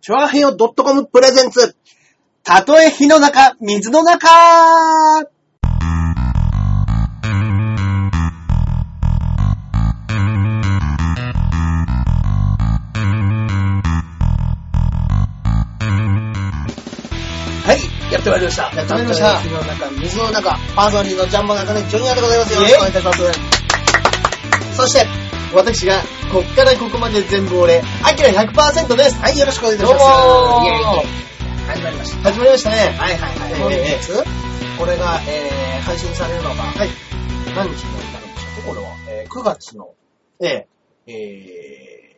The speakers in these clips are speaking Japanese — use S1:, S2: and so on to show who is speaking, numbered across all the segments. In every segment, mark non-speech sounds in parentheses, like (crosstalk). S1: チョアヘヨ .com プレゼンツ。たとえ火の中、水の中
S2: はい、やってまいりました。
S1: やってまいりました
S2: 水の中、水
S1: 水の中、パーソナリティのジャンボ中根ジュニアでございます。よ
S2: イ
S1: ろ
S2: エイ
S1: しくお願いいたします。そして、
S2: 私が、こっからここまで全部俺、アキラ100%です。
S1: はい、よろしくお願いいた
S2: ど
S1: し
S2: う
S1: ま
S2: も
S1: す。
S2: ー
S1: イェイイェイ始まりました。
S2: 始まりましたね。
S1: はいはいはい。本
S2: ええ
S1: 日、これが、えー、配信されるのが、
S2: はい。
S1: 何日になったんでしょうかこれは。えー、9月の、
S2: え
S1: え
S2: ー、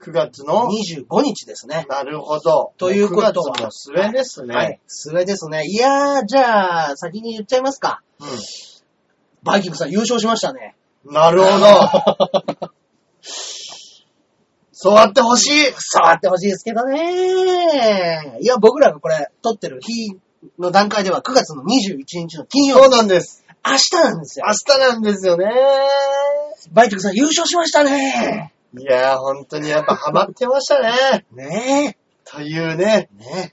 S2: 9月
S1: ー、
S2: の、
S1: 25日ですね。
S2: なるほど。
S1: ということは
S2: 9月も末ですね。
S1: はい。末ですね。いやー、じゃあ、先に言っちゃいますか。バイキングさん優勝しましたね。
S2: うん。なるほど。
S1: (laughs)
S2: そうあってほしい。
S1: 触ってほしいですけどねいや、僕らがこれ、撮ってる日の段階では9月の21日の金曜
S2: そ
S1: 日、
S2: うなんです。
S1: 明日なんですよ
S2: 明。日なんですよね。
S1: バイキングさん優勝しましたね
S2: いやー、本当にやっぱハマってましたね。
S1: ね
S2: というね、
S1: え。ねえ。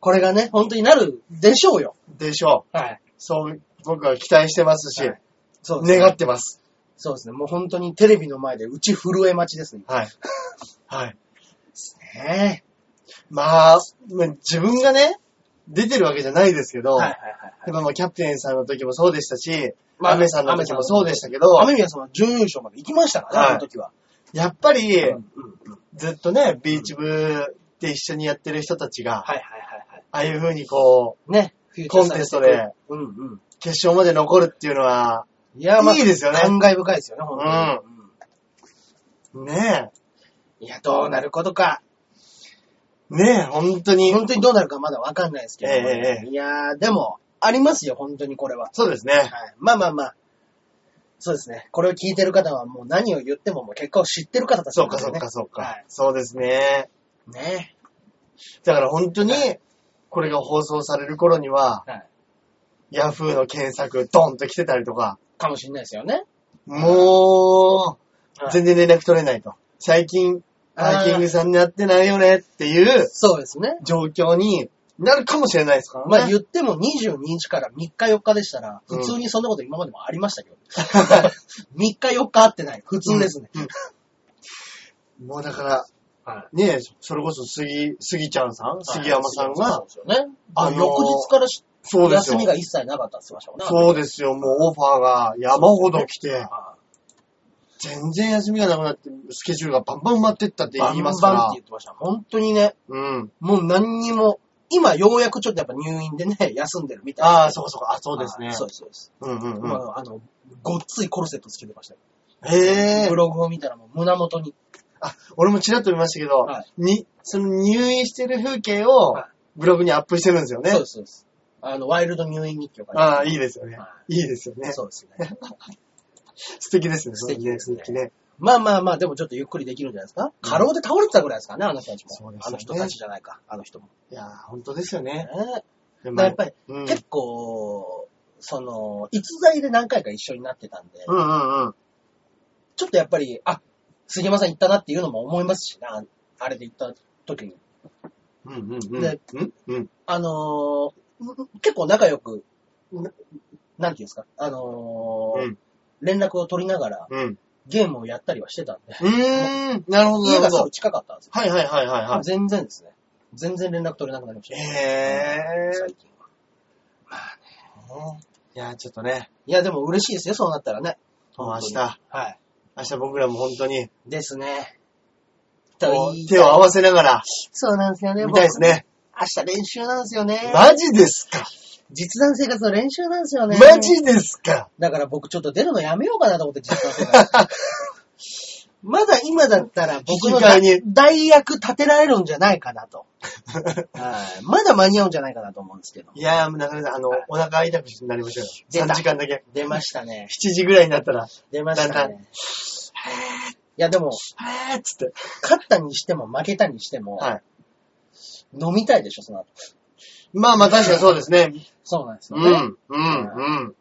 S1: これがね、本当になるでしょうよ。
S2: でしょ
S1: はい。
S2: う。そう、僕は期待してますし、
S1: はいそうですね。
S2: 願ってます。
S1: そうですね。もう本当にテレビの前で打ち震え待ちですね。 (laughs)
S2: はい。はい。
S1: ね
S2: まあ、まあ自分がね、出てるわけじゃないですけど、
S1: え。
S2: やっ
S1: はい。
S2: ぱもうキャプテンさんの時もそうでしたし、
S1: まあ
S2: アメさんの時もそうでしたけど、
S1: 雨宮さんは準優勝まで行きましたからね、
S2: はい
S1: あの時は。
S2: やっぱり、
S1: うんうん
S2: ずっとね、ビーチ部で一緒にやってる人たちが、あ
S1: いはいはいはい。
S2: あいう風にこう、
S1: ね。
S2: コンテストで。
S1: うんうん。
S2: 決勝まで残るっていうのは、
S1: いや、まあ、
S2: いいですよね
S1: 感慨深いですよね、本当に。
S2: ね
S1: うん。いや、どうなることか。
S2: え、ねえ、本当に。
S1: 本当にどうなるかまだわかんないですけど。
S2: えええ
S1: いやー、でも、ありますよ、本当にこれは。
S2: そうですね。
S1: はい。まあまあまあ。そうですね。これを聞いてる方はもう何を言ってももう結果を知ってる方たちな
S2: そうん
S1: で
S2: か
S1: ね
S2: そうかそうか。
S1: はい。
S2: そうですね。
S1: ね
S2: だから本当に
S1: は、
S2: これが放送される頃には、
S1: はい。
S2: ヤフーの検索ドンと来てたりとか、
S1: かもしれないですよね。
S2: も
S1: は
S2: う、
S1: い
S2: 全然連絡取れないと。最近、
S1: あー
S2: バイキングさんになってないよねっていう
S1: そうですね。
S2: 状況になるかもしれないですからね。
S1: まあ言っても22日から3日4日でしたら、
S2: うん
S1: 普通にそんなこと今までもありました
S2: (laughs)
S1: けど。3日4日あってない。普通ですね。
S2: うん。うんもうだから、
S1: は
S2: ねえ、それこそ杉、杉ちゃんさん、杉山さん
S1: そ
S2: が
S1: う、ですよね。
S2: あのー
S1: 翌日からし
S2: そうです
S1: 休
S2: よ
S1: み。が一切なかったって言ってましたもんね。
S2: そうですよ、もうオファーが山ほど来て、
S1: は
S2: 全然休みがなくなって、スケジュールがバンバン埋まってったっ
S1: い
S2: て
S1: バ
S2: 言い
S1: ン
S2: ます
S1: バンっ
S2: か
S1: て言ってました。本当にね、
S2: ら。うん。
S1: もう何にも、今ようやくちょっとやっぱ入院でね、 (laughs) 休んでるみたいな。
S2: ああ、そうかそうか、あ、そうですね
S1: は。いそうです、そうです。
S2: うんうん
S1: ま
S2: うん。
S1: ああの、ごっついコルセットつけてましたよ。
S2: へえ
S1: ブ。ログを見たらもう胸元に。
S2: あ、俺もちらっと見ましたけど
S1: はい、
S2: に、その入院してる風景を
S1: はい
S2: ブログにアップしてるんですよね
S1: そう。です、そうです。あの、ワイルド入院日記を書いて
S2: ああ、いいですよね
S1: はい。
S2: いいですよね。
S1: そうですね。
S2: 素敵ですね。
S1: 素敵ですね
S2: 素敵ね。
S1: まあまあまあ、でもちょっとゆっくりできるんじゃないですか。過労で倒れてたぐらいですからね、あの人たちも。
S2: そうですよね
S1: あの人たちじゃないか、あの人も。
S2: いやー、本当ですよね
S1: ね。だか
S2: で
S1: らやっぱり、
S2: うん。うん
S1: 結構、その、逸材で何回か一緒になってたんで、
S2: うんうん。
S1: ちょっとやっぱり、あ、杉山さん行ったなっていうのも思いますしな、あれで行った時に。
S2: うんうんうん。
S1: で
S2: うんうん。
S1: あのー結構仲良く、ななんていうんですか、あのー
S2: うん
S1: 連絡を取りながら
S2: うん。
S1: ゲームをやったりはしてたんで、
S2: うーん。なるほど、
S1: 家
S2: なるほ
S1: がす
S2: ど
S1: ぐ。近かったんですよ。
S2: はいはいはいはいは
S1: 全然ですね。全然連絡取れなくなりまし
S2: い。
S1: た。
S2: へー。
S1: 最近は。
S2: いやー、ちょっとね、
S1: いや、でも嬉しいですよ、そうなったらね。
S2: もう明
S1: 本当に。
S2: 日、
S1: はい。
S2: 明日僕らも本当に、
S1: ですね。
S2: こう手を合わせながら、
S1: そうなんですよね。
S2: 見たいですね。
S1: 僕。明日練習なんですよね。
S2: マジですか
S1: 実弾生活の練習なんですよね。
S2: マジですか
S1: だから僕ちょっと出るのやめようかなと思って実感してた。まだ今だったら僕の
S2: 引き換えに
S1: 代役立てられるんじゃないかな
S2: (laughs)
S1: と。はいまだ間に合うんじゃないかなと思うんですけど。
S2: いやー、中根さん、あの、お腹痛くなりましょう
S1: 出
S2: よ。
S1: た
S2: 3時間だけ。
S1: 出ましたね。
S2: 7時ぐらいになったら、
S1: 出まし
S2: だ
S1: た
S2: んだん
S1: ね。いやでも、
S2: えーっつって。
S1: 勝ったにしても負けたにしても、
S2: はい。
S1: 飲みたいでしょ、その後。
S2: まあまあ確かにそうですね。
S1: そうなんです
S2: う
S1: よね。
S2: ん、うん、うん。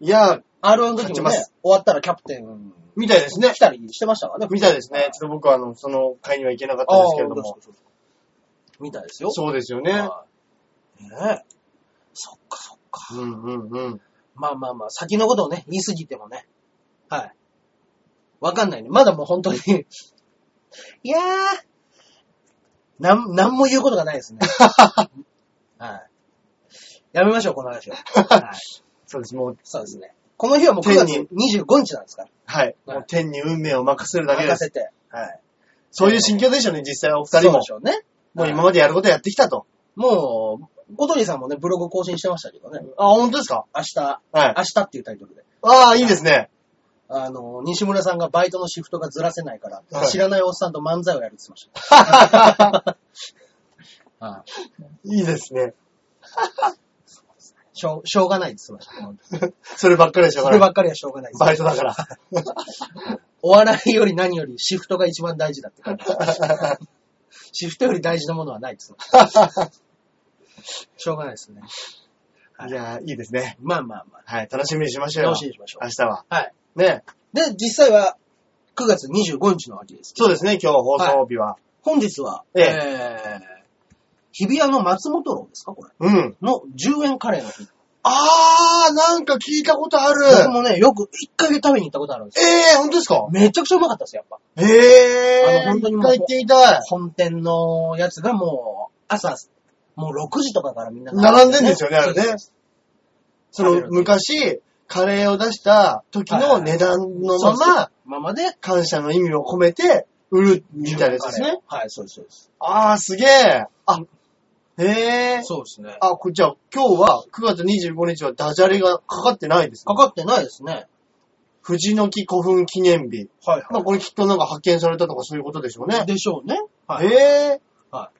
S2: いやー、
S1: R1 の
S2: 勝
S1: 時
S2: ち
S1: も
S2: ま
S1: ね
S2: す、
S1: 終わったらキャプテン
S2: みたいですね
S1: 来。たりしてましたからね。
S2: みたいですね。ちょっと僕は、あの、その会には行けなかったんですけれども。
S1: あー。みたいですよ。
S2: そうですよ
S1: う
S2: ね。
S1: ねえ。そっかそっか。
S2: うんうんうん。
S1: まあまあまあ、先のことをね、言いすぎてもね。はい。わかんないね。まだもう本当に。 (laughs) いやー。なん、なんも言うことがない
S2: (laughs)
S1: ですね。はい。やめましょう、この
S2: (laughs)
S1: 話は。はい。
S2: そうです。もう、
S1: そうですね。この日はもう9月25日なんですから。
S2: はい。
S1: はい
S2: もう天に運命を任せるだけで
S1: 任
S2: す。
S1: せて。はい。
S2: そういう心境でしょうね、実際お二
S1: そ
S2: 人
S1: う
S2: も
S1: で。しょうね。
S2: もう
S1: はい
S2: 今までやることやってきたと。
S1: もう、小鳥さんもね、ブログ更新してましたけどね。
S2: あ、本当ですか
S1: 明日、
S2: はい。
S1: 明日っていうタイトルで。
S2: ああ、いいですね。
S1: あの、西村さんがバイトのシフトがずらせないから、
S2: はい
S1: 知らないおっさんと漫才をやるって言ってました。
S2: (laughs)
S1: ああ
S2: いいですね。
S1: しょう、しょうがないって言ってました。
S2: そればっかりでしょ、
S1: そ
S2: こ
S1: れ
S2: れ。
S1: ばっかりはしょうがないです。
S2: バイトだから。
S1: お笑いより何よりシフトが一番大事だって
S2: (laughs)
S1: 感じ。シフトより大事なものはないって言ってました。しょうがないですね。はい
S2: いやー、いいですね。
S1: まあまあまあ。
S2: はい、楽しみにしましょうよ。
S1: 楽しみにしましょ
S2: 明日は。
S1: う。はい。
S2: ね。
S1: で、実際は9月25日のわけです。
S2: そうですね、今日放送日は。
S1: 本日は、
S2: ええ
S1: えー日比谷の松本楼ですかこれ。
S2: うん。
S1: の10円カレーの日。
S2: あー、なんか聞いたことある。
S1: 僕もね、よく一回で食べに行ったことあるんですよ。
S2: えー、本当ですか
S1: めちゃくちゃうまかったですよ、やっ
S2: え
S1: あ
S2: え
S1: の本当に
S2: 一
S1: もう
S2: 回行ってみたい
S1: ぱ。。本店のやつがもう、朝、もう6時とかからみんな
S2: 並んでんですよね、あれね。そ
S1: 食べ
S2: の、
S1: る
S2: 昔、カレーを出した時の値段の
S1: そ
S2: ま
S1: うそうま
S2: ま、
S1: まで、
S2: 感謝の意味を込めて、売るみたいなやつです
S1: 10
S2: ね
S1: 円。カレー。はい、そうです、そうです。
S2: あー、すげえ。あ、へえ。
S1: そうですね。
S2: あ、こじゃあ、今日は9月25日はダジャレがかかってないです
S1: か
S2: ね
S1: かってないですね。
S2: 藤の木古墳記念日。
S1: はい
S2: まあ、これきっとなんか発見されたとかそういうことでしょうね。
S1: でしょうね。はい。
S2: ええ
S1: は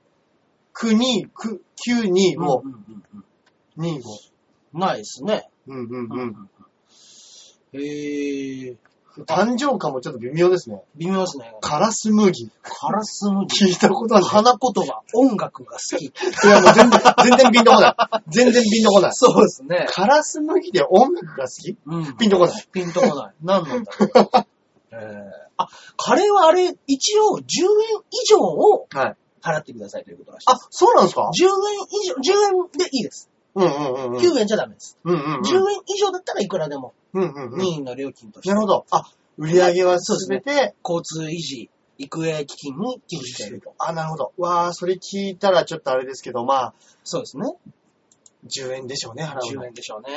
S2: 国、く、9、2、5
S1: う、んうんうんう
S2: 2、5。
S1: んないですね。
S2: うんうん
S1: う
S2: うんん。
S1: うんえー、
S2: 誕生感もちょっと微妙ですね。
S1: 微妙ですね。
S2: カラス麦。
S1: カラス麦。
S2: 聞いたことない。
S1: 花言葉、音楽が好 (laughs) き。
S2: いや、もう全然、全然ピンとこない。全然ピンとこない。
S1: そうですね。
S2: カラス麦で音楽が好き
S1: うん。
S2: ピンとこない。
S1: ピンとこ
S2: (laughs)
S1: ない。何なんだろう。えー、あ、カレーはあれ、一応10円以上を
S2: はい。
S1: 払ってくださいということらしいで
S2: あ
S1: す。、
S2: そうなんですか
S1: 10円以上、10円でいいです。
S2: うんうんうんうん。
S1: 9円じゃダメです。
S2: うんうんうん。
S1: 10円以上だったらいくらでも
S2: うんうんうん。
S1: 任意の料金として
S2: なるほど。あ、売り上げはすべて、
S1: 交通維持、育英基金に寄付していると。
S2: あ、なるほど。わあ、それ聞いたらちょっとあれですけど、まあ、
S1: そうですね。
S2: 10円でしょうね、払う
S1: 10
S2: の。
S1: 円でしょうね。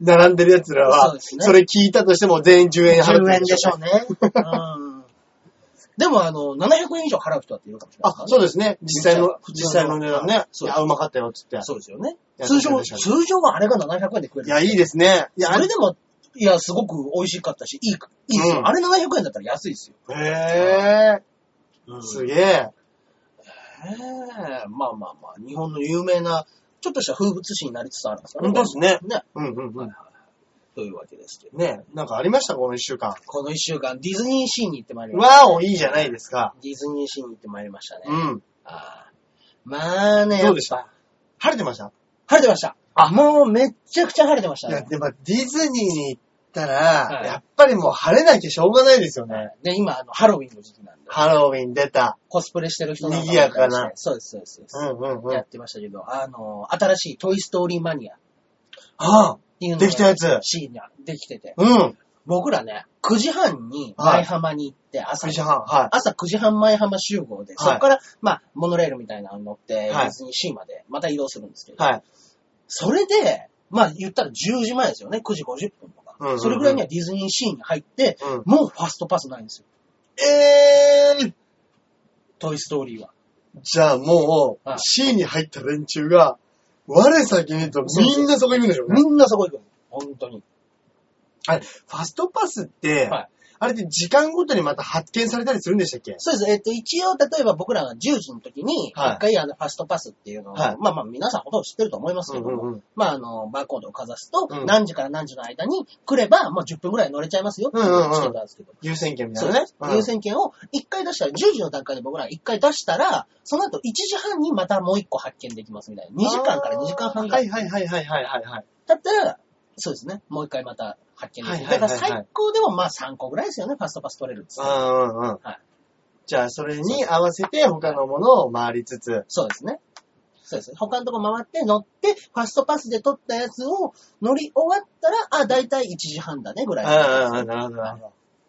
S2: 並んでる奴ら
S1: そう
S2: は、
S1: です
S2: そ
S1: ね
S2: れ聞いたとしても全員10円払って
S1: 10円でしょ
S2: う。
S1: うね。うん。でも、あの、700円以上払う人だっているかもしれないですから
S2: あ、
S1: ね。
S2: そうですね。実際の、
S1: 実
S2: 実
S1: 際
S2: 際
S1: の
S2: の値段ね。い
S1: そうです
S2: や、うまかったよ、つって。
S1: そうですよね。
S2: いや
S1: 通常、
S2: 確かに確
S1: 通常はあれが700円で食える。
S2: いや、いいですね。いや、
S1: それでも、いや、すごく美味しかったし、いい、いいですよ。
S2: うん
S1: あれ700円だったら安いですよ。
S2: へえ、すげえ。
S1: ええまあまあまあ、日本の有名な、ちょっとした風物詩になりつつあるんですかね。
S2: 本当ですね
S1: ね。
S2: うんうんうん。
S1: というわけですけど。
S2: ねえ、なんかありましたこの一週間。
S1: この一週間、ディズニーシーに行ってまいりました。
S2: わお、いいじゃないですか。
S1: ディズニーシーに行ってまいりましたね。
S2: うん。
S1: ああまあね、
S2: どうでした
S1: やっぱ
S2: 晴れてました
S1: 晴れてました。あ、もうめっちゃくちゃ晴れてました
S2: いや、
S1: ね。
S2: でもディズニーに行っ
S1: は
S2: たら
S1: い、
S2: やっぱりもう晴れなきゃしょうがないですよね。
S1: で、今、あの、ハロウィンの時期なんで、
S2: ハロウィン出た。
S1: コスプレしてる人んも
S2: 賑やかな
S1: あったりしてそうです、そうです。そうです
S2: うんうんうん。
S1: や
S2: あ
S1: ってましたけど、あの、新しいトイストーリーマニアっ
S2: あ、
S1: ていうのが
S2: できたやつ。
S1: シーンができてて、
S2: うん。
S1: 僕らね、9時半に前浜に行って、朝
S2: 9時半、はい。
S1: 朝9時半前浜集合で、
S2: はい
S1: そこから、まあ、モノレールみたいなのに乗って、デ
S2: はい
S1: ィズニーシーまで、また移動するんですけど、
S2: はい。
S1: それで、まあ、言ったら10時前ですよね、9時50分とか。
S2: うんうんうん
S1: それぐらいにはディズニーシーに入って、
S2: うん。
S1: もうファストパスないんですよ、
S2: えー、
S1: トイストーリーは。
S2: じゃあもう
S1: はい、
S2: C に入った連中が、我先にとみんなそこ行くんでしょうね。
S1: みんなそこ行くの。本当に。
S2: ファストパスって、
S1: はい
S2: あれって時間ごとにまた発見されたりするんでしたっけ
S1: そうです。えっと、一応、例えば僕らが10時の時に、
S2: はい
S1: 一回あの、ファストパスっていうのを、
S2: はい
S1: まあまあ皆さんほとんど知ってると思いますけども、
S2: うんうんうん
S1: まああの、バーコードをかざすと、
S2: うん
S1: 何時から何時の間に来れば、もう10分ぐらい乗れちゃいますよっていうのをしてたんですけど、
S2: 優先権みた
S1: そ
S2: いうな
S1: で
S2: ね
S1: す。優先権を1回出したら、10時の段階で僕ら1回出したら、その後1時半にまたもう1個発見できますみたいな。2時間から2時間半ぐら
S2: はいいはいはいはいはいはいはい。
S1: だったら、そうですね。もう1回また発見できる。
S2: はいはいはいはい
S1: だから最高でもまあ3個ぐらいですよね、ファストパス取れるっつって
S2: うんうんうん。
S1: はい
S2: じゃあ、それに合わせて他のものを回りつつ、
S1: そうですね。そうですね。他のとこ回って乗って、ファストパスで撮ったやつを乗り終わったら、あ、だいたい1時半だね、ぐらいの
S2: うんうんうんなるほどなる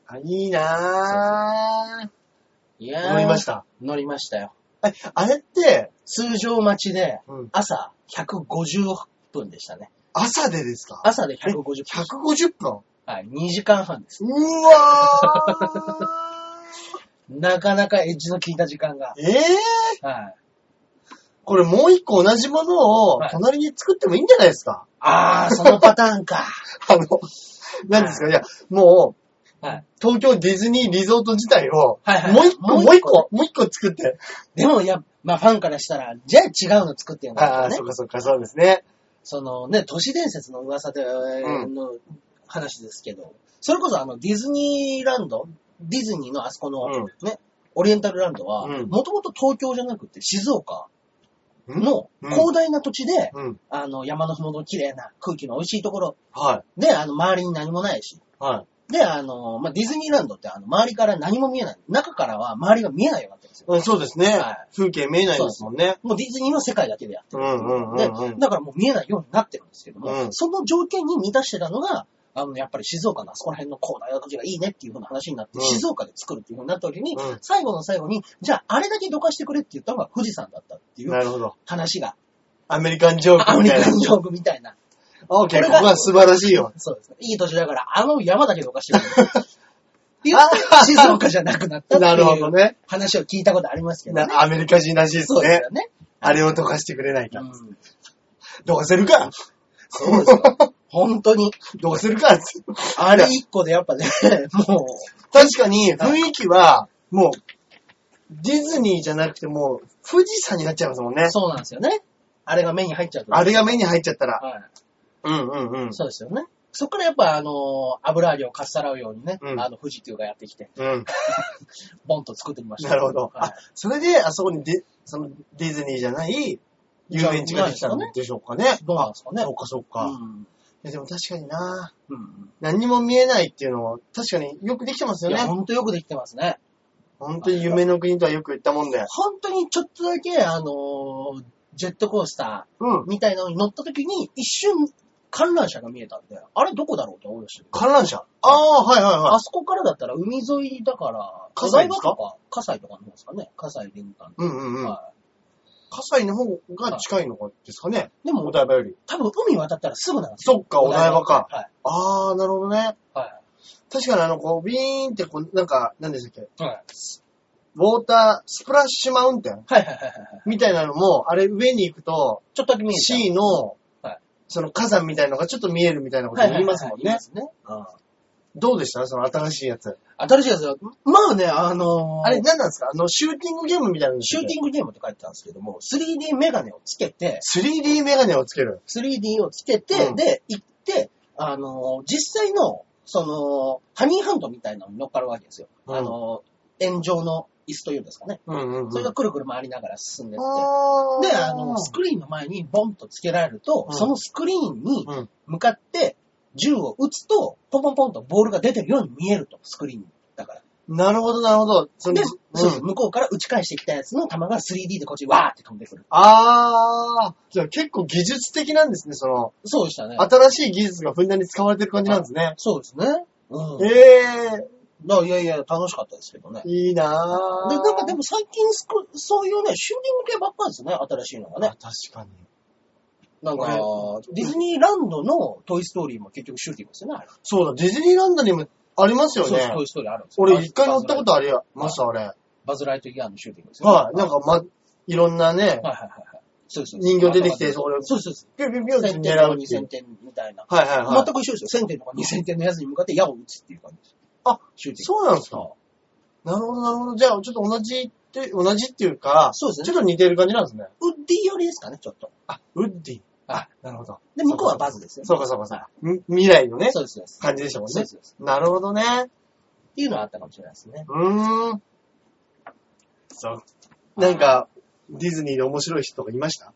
S2: あ、いいなぁ。
S1: いやー
S2: 思いまし。た。
S1: 乗りましたよ。
S2: え、あれって、
S1: 通常待ちで、
S2: うん
S1: 朝150分でしたね。
S2: 朝でですか
S1: 朝で150分。
S2: 150分
S1: はい、2時間半です。
S2: うわ
S1: なかなかエッジの効いた時間が。
S2: ーええ
S1: はい。
S2: これもう一個同じものを
S1: はい
S2: 隣に作ってもいいんじゃないですか、
S1: あ (laughs) ー、そのパターンか。
S2: あの、何ですかいや、もう、
S1: はい
S2: 東京ディズニーリゾート自体を、
S1: はいはい
S2: もう一個、
S1: もう一個
S2: もう一個、もう一個作って。
S1: でも、いや、まあファンからしたら、じゃあ違うの作ってよ
S2: あ
S1: な
S2: あ、
S1: と
S2: そ
S1: か
S2: う
S1: ね。
S2: かそうか、そうですね。
S1: そのね、都市伝説の噂で、
S2: うん
S1: の話ですけど、それこそあのディズニーランド、ディズニーのあそこの
S2: うん
S1: ね、オリエンタルランドは、
S2: うん
S1: もともと東京じゃなくて静岡
S2: うん
S1: の
S2: うん
S1: 広大な土地で、
S2: うん。
S1: あの山のふもとの綺麗な空気の美味しいところ
S2: はい。
S1: で、あの周りに何もないし、
S2: はい。
S1: で、あの、まあ、ディズニーランドってあの周りから何も見えない。中からは周りが見えないわけですよ。
S2: うん、そうですね、
S1: は
S2: 風景見えないですもんね。
S1: もうディズニーの世界だけでやって
S2: う
S1: る。
S2: んうんうん、
S1: で
S2: うん。
S1: だからもう見えないようになってるんですけども、
S2: うん
S1: その条件に満たしてたのが、あの、やっぱり静岡のあそこら辺の広大な土地がいいねっていう風な話になって、
S2: うん
S1: 静岡で作るっていう風になった時に、
S2: うん
S1: 最後の最後に、じゃああれだけどかしてくれって言ったのが富士山だったってい
S2: な
S1: う
S2: るほど。
S1: 話が、
S2: アメリカンジョー
S1: ア
S2: ク
S1: メ
S2: み
S1: リ
S2: たい
S1: (laughs)
S2: な
S1: カ。ンジョークみたいな。
S2: オーケー、
S1: こ
S2: こ
S1: れが
S2: こは素晴らしいよ。
S1: そうですね。いい土地だから、あの山だけどかしてくれって言って。静岡じゃなくなったって
S2: なるほ
S1: い
S2: ど
S1: う
S2: ね。
S1: 話を聞いたことありますけどね。
S2: なアメリカ人らしいです
S1: そうです
S2: ね
S1: よ。ね。
S2: あれを溶かしてくれないか。
S1: うん
S2: どうせるか
S1: そうですよ。本当に。
S2: どうせるかつって
S1: あれ一個でやっぱね、もう、
S2: 確かに雰囲気は、もう、ディズニーじゃなくてもう、富士山になっちゃいますもんね。
S1: そうなんですよね。あれが目に入っちゃうと。
S2: あれが目に入っちゃったら。
S1: は
S2: うんうんうん
S1: い。。そうですよね。そっからやっぱあの、油揚げをかっさらうようにね、
S2: うん
S1: あの、富士っていうがやってきて、
S2: うん。
S1: ボンと作ってみました。
S2: なるほど。
S1: は
S2: あ、それで、あそこにデ、そのディズニーじゃない遊園地ができたんでしょうかね。
S1: い。どうなんですかね。
S2: そっかそっか。
S1: う
S2: い
S1: ん。
S2: やでも確かにな
S1: うん。
S2: 何にも見えないっていうのは、確かによくできてます
S1: い
S2: よ
S1: や、
S2: ね。
S1: ほんとよくできてますね。
S2: 本当に夢の国とはよく言ったもんで。
S1: 本当にちょっとだけ、あのージェットコースタ
S2: うん
S1: ー。みたいなのに乗った時に、一瞬観覧車が見えたんで、あれどこだろうと思いましたけど。
S2: 観覧車ああ、はいはいはい
S1: あ。そこからだったら海沿いだから、
S2: 葛西ですか
S1: お台場とか、葛西とかの方ですかね。葛西林間。
S2: うんうんうん。
S1: は
S2: 火西の方が近いのかですかね。
S1: い。で
S2: お
S1: も、
S2: 台場より。
S1: 多分海渡ったらすぐなんですよ。
S2: そっか、お台場か。。
S1: はい。
S2: あー、なるほどね。
S1: は
S2: 確かにあの、こう、ビーンって、こう、なんか、何でしたっけ
S1: い。はい。
S2: ウォーター、スプラッシュマウンテン
S1: はいはいはいはい。
S2: みたいなのも、あれ上に行くと、
S1: ちょっとだけ見えちゃう
S2: C の
S1: はい、
S2: その火山みたいのがちょっと見えるみたいなこと
S1: はいはいはい
S2: 言いますもん
S1: 言い
S2: ね
S1: ま。すね。うん
S2: どうでしたその新しいやつ。
S1: 新しいやつだまあね、あのー
S2: あれ、何なんですかあの、シューティングゲームみたいなの
S1: シューテ
S2: ィ
S1: ィングゲームって書いてたんですけども、3D メガネをつけて、
S2: ング ?3D メガネをつける。
S1: 3D をつけて、
S2: うん
S1: で、行って、あのー、実際の、その、ハニーハンドみたいなのに乗っかるわけですよ。
S2: うん
S1: あのー、炎上の椅子というんですかね。
S2: うんうん
S1: それがくるくる回りながら進んでって。
S2: あー
S1: で、あの、スクリーンの前にボンとつけられると、
S2: うん
S1: そのスクリーンに
S2: うん
S1: 向かって銃を撃つと、ポンポンポンとボールが出てるように見えると、スクリーンにだから。
S2: なるほど、なるほど。その
S1: で、そう
S2: うん
S1: そう向こうから打ち返してきたやつの弾が 3D でこっちにわーって飛んでくる。
S2: あー、じゃあ結構技術的なんですね、その、
S1: そうでしたね。
S2: 新しい技術がふんだんに使われてる感じなんですね。
S1: そうですね。うん。
S2: え
S1: だからいやいや、楽しかったですけどね
S2: え。いいなぁ。
S1: で、なんかでも最近すく、そういうね、シューティング系ばっかですね、新しいのがね
S2: あ。。確かに。
S1: なん
S2: こ
S1: か
S2: れ、
S1: ディズニーランドのトイストーリーも結局シューティングですよね、あれ。
S2: そうだ、ディズニーランドにもありますよ
S1: そうです
S2: ね
S1: ト。イストーリーあるんですよ
S2: 俺一回乗ったことありました、あれ。
S1: バズライトイヤーのシューティングですよね。
S2: はい。なんか、ま、いろんなね、
S1: はいはいはいはい。そうそうそう
S2: 人形出てきて
S1: そ
S2: そうれ
S1: そうそうそ
S2: ピューピューピュ
S1: う。
S2: ーっ
S1: 1000点
S2: て
S1: と
S2: 狙
S1: か
S2: うってい
S1: 2000
S2: う。
S1: 点みたいな。
S2: はいはいはい
S1: 全。く一緒ですよ。1000点とか2000点のやつに向かって矢を打つっていう感じです。
S2: あ、
S1: シューティング。
S2: そうなんですか
S1: そ
S2: なるほど、なるほど。じゃあ、ちょっと同じって、同じっていうか、
S1: そうです
S2: ち
S1: ね
S2: ょっと似てる感じなんですね。
S1: うウッディ寄りですかね、ちょっと。
S2: あ、ウッディ。
S1: あ、
S2: なるほど。
S1: で、向こうはバズですよ。
S2: そうかそうかそうか。み未来のね、
S1: そうです。そうです
S2: 感じでしたもん
S1: そう
S2: ね
S1: で。す。そうです
S2: なるほどね。
S1: っていうのはあったかもしれないですね。
S2: うーん。そう。なんか、ディズニーで面白い人とかいました
S1: い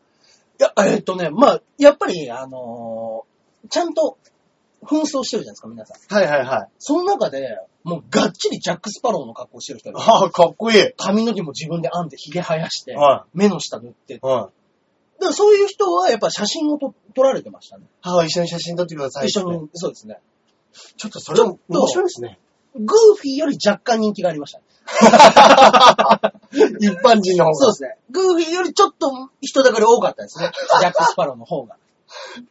S1: や、えーっとね、まあ、やっぱり、あのーちゃんと紛争してるじゃないですか、皆さん。
S2: はいはいはい。
S1: その中で、もうがっちりジャック・スパローの格好してる人がいる
S2: ああ、かっこいい。
S1: 髪の毛も自分で編んで、髭生やして、
S2: は
S1: 目の下塗って。だ
S2: い。はい。
S1: からそういう人はやっぱ写真をと撮られてましたね。
S2: 母一緒に写真撮ってください。
S1: 一緒。に、そうですね。
S2: ちょっとそれ
S1: ちょっと
S2: 面白いですね。
S1: グーフィーより若干人気がありましたね。
S2: 一般人の方が。
S1: そうですね。グーフィーよりちょっと人だかり多かったです
S2: (laughs)
S1: ね。ジャック・スパローの方が。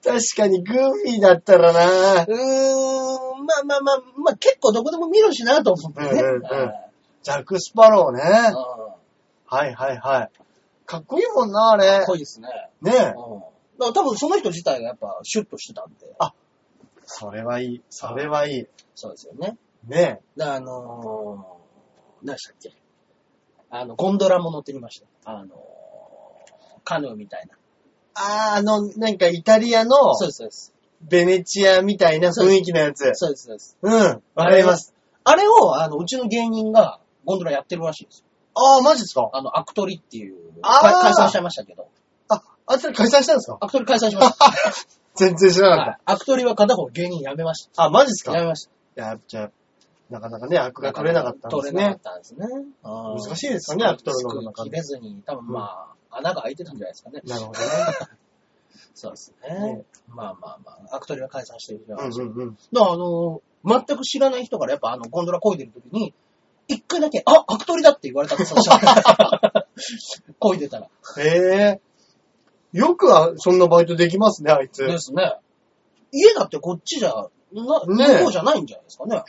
S2: 確かにグーフィーだったらな
S1: うーん、まあまあまあ、まあ結構どこでも見るしなと思ってね。
S2: うんうんうん
S1: はい
S2: ジャック・スパローね。
S1: うん
S2: は。いはいはい。かっこいいもんな、あれ。
S1: 濃いですね。うん。
S2: ねえ
S1: だから多分その人自体がやっぱシュッとしてたんで。
S2: それはいい。それはいい。
S1: そうですよね。
S2: ね
S1: だからあのー、何でしたっけあの、ゴンドラも乗ってみました。あのー、カヌーみたいな。
S2: ああ、あの、なんかイタリアの
S1: そうです、そうです。
S2: ベネチアみたいな雰囲気のやつ。
S1: そうです、そうです。
S2: うん。わかります。
S1: あれを、あの、うちの芸人がゴンドラやってるらしいですよ。
S2: ああ、マジですか
S1: あの、アクトリっていう、
S2: あー
S1: か解散しちゃいましたけど。
S2: あ、あったら解散したんですか
S1: アクトリ解散しました。
S2: (laughs) 全然知らなか
S1: はいアクトリは片方芸人辞めまし
S2: った。あ、マジです
S1: た。
S2: か
S1: 辞
S2: い
S1: めました。
S2: や、じゃあ、なかなかね、悪が取れなかったんです
S1: 取れな
S2: ね
S1: か。ったんですね。難
S2: 難しいですよね、アクトルの
S1: スクー
S2: 中
S1: 切
S2: で。
S1: れずに、多分まあ、穴が開いてたんじゃないですかね。
S2: なるほどね。
S1: (laughs) そうです
S2: ね
S1: ね。まあまあまあ、アクトリは解散してるじゃ
S2: うんうんうん。
S1: だからあのー、全く知らない人からやっぱあの、ゴンドラ漕いでる時に、一回だけ、あ、アクトリだって言われたんですよ、その (laughs) 人漕いでたら。
S2: へえ。よくは、そんなバイトできますね、あいつ。へ
S1: ですね。家だってこっちじゃ、な、
S2: ねえ
S1: 向こうじゃないんじゃないですかね。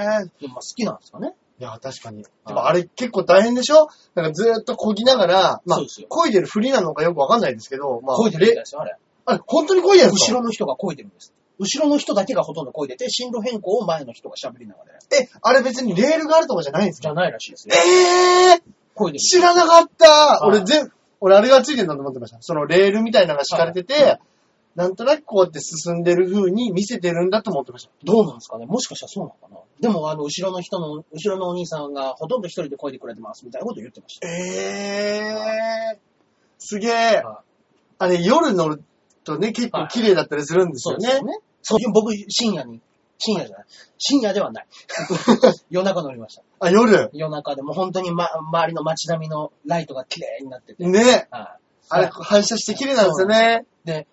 S2: え。
S1: でもまあ好きなんですかね。
S2: いや、確かに。
S1: い
S2: でもあれ結構大変でしょなんかずーっと漕ぎながら、まあ
S1: そうですよ、
S2: 漕いでるふりなのかよくわかんないですけど、まあ、
S1: 漕いでるみたい
S2: れ
S1: ですよ、あれ。
S2: あれ、本当に漕いでるんです
S1: 後
S2: か
S1: ろの人が漕いでるんです。後ろの人だけがほとんど漕いでて、進路変更を前の人が喋りながらやる。
S2: え、あれ別にレールがあるとかじゃないんです
S1: じ
S2: か
S1: ゃないらしいですよ。
S2: ええ
S1: 漕いで
S2: ー、
S1: る。
S2: 知らなかった
S1: い
S2: 俺全、俺あれがついてるんだと思ってました。そのレールみたいなのが敷かれてて、なんとなくこうやって進んでる風に見せてるんだと思ってました。
S1: どうなんですかねもしかしたらそうなのかなでも、あの、後ろの人の、後ろのお兄さんがほとんど一人で漕いでくれてます、みたいなこと言ってました。
S2: ええー、すげえ
S1: は。
S2: あれ夜乗るとね、結構綺麗だったりするんですよね。
S1: ね。そういう、僕、深夜に、深夜じゃない。深夜では
S2: (laughs)
S1: ない。夜中乗りました。
S2: あ、夜。
S1: 夜中でもう本当に、ま、周りの街並みのライトが綺麗になってて。
S2: ね。
S1: はい
S2: あれ、反射して綺麗なんですよね。
S1: で、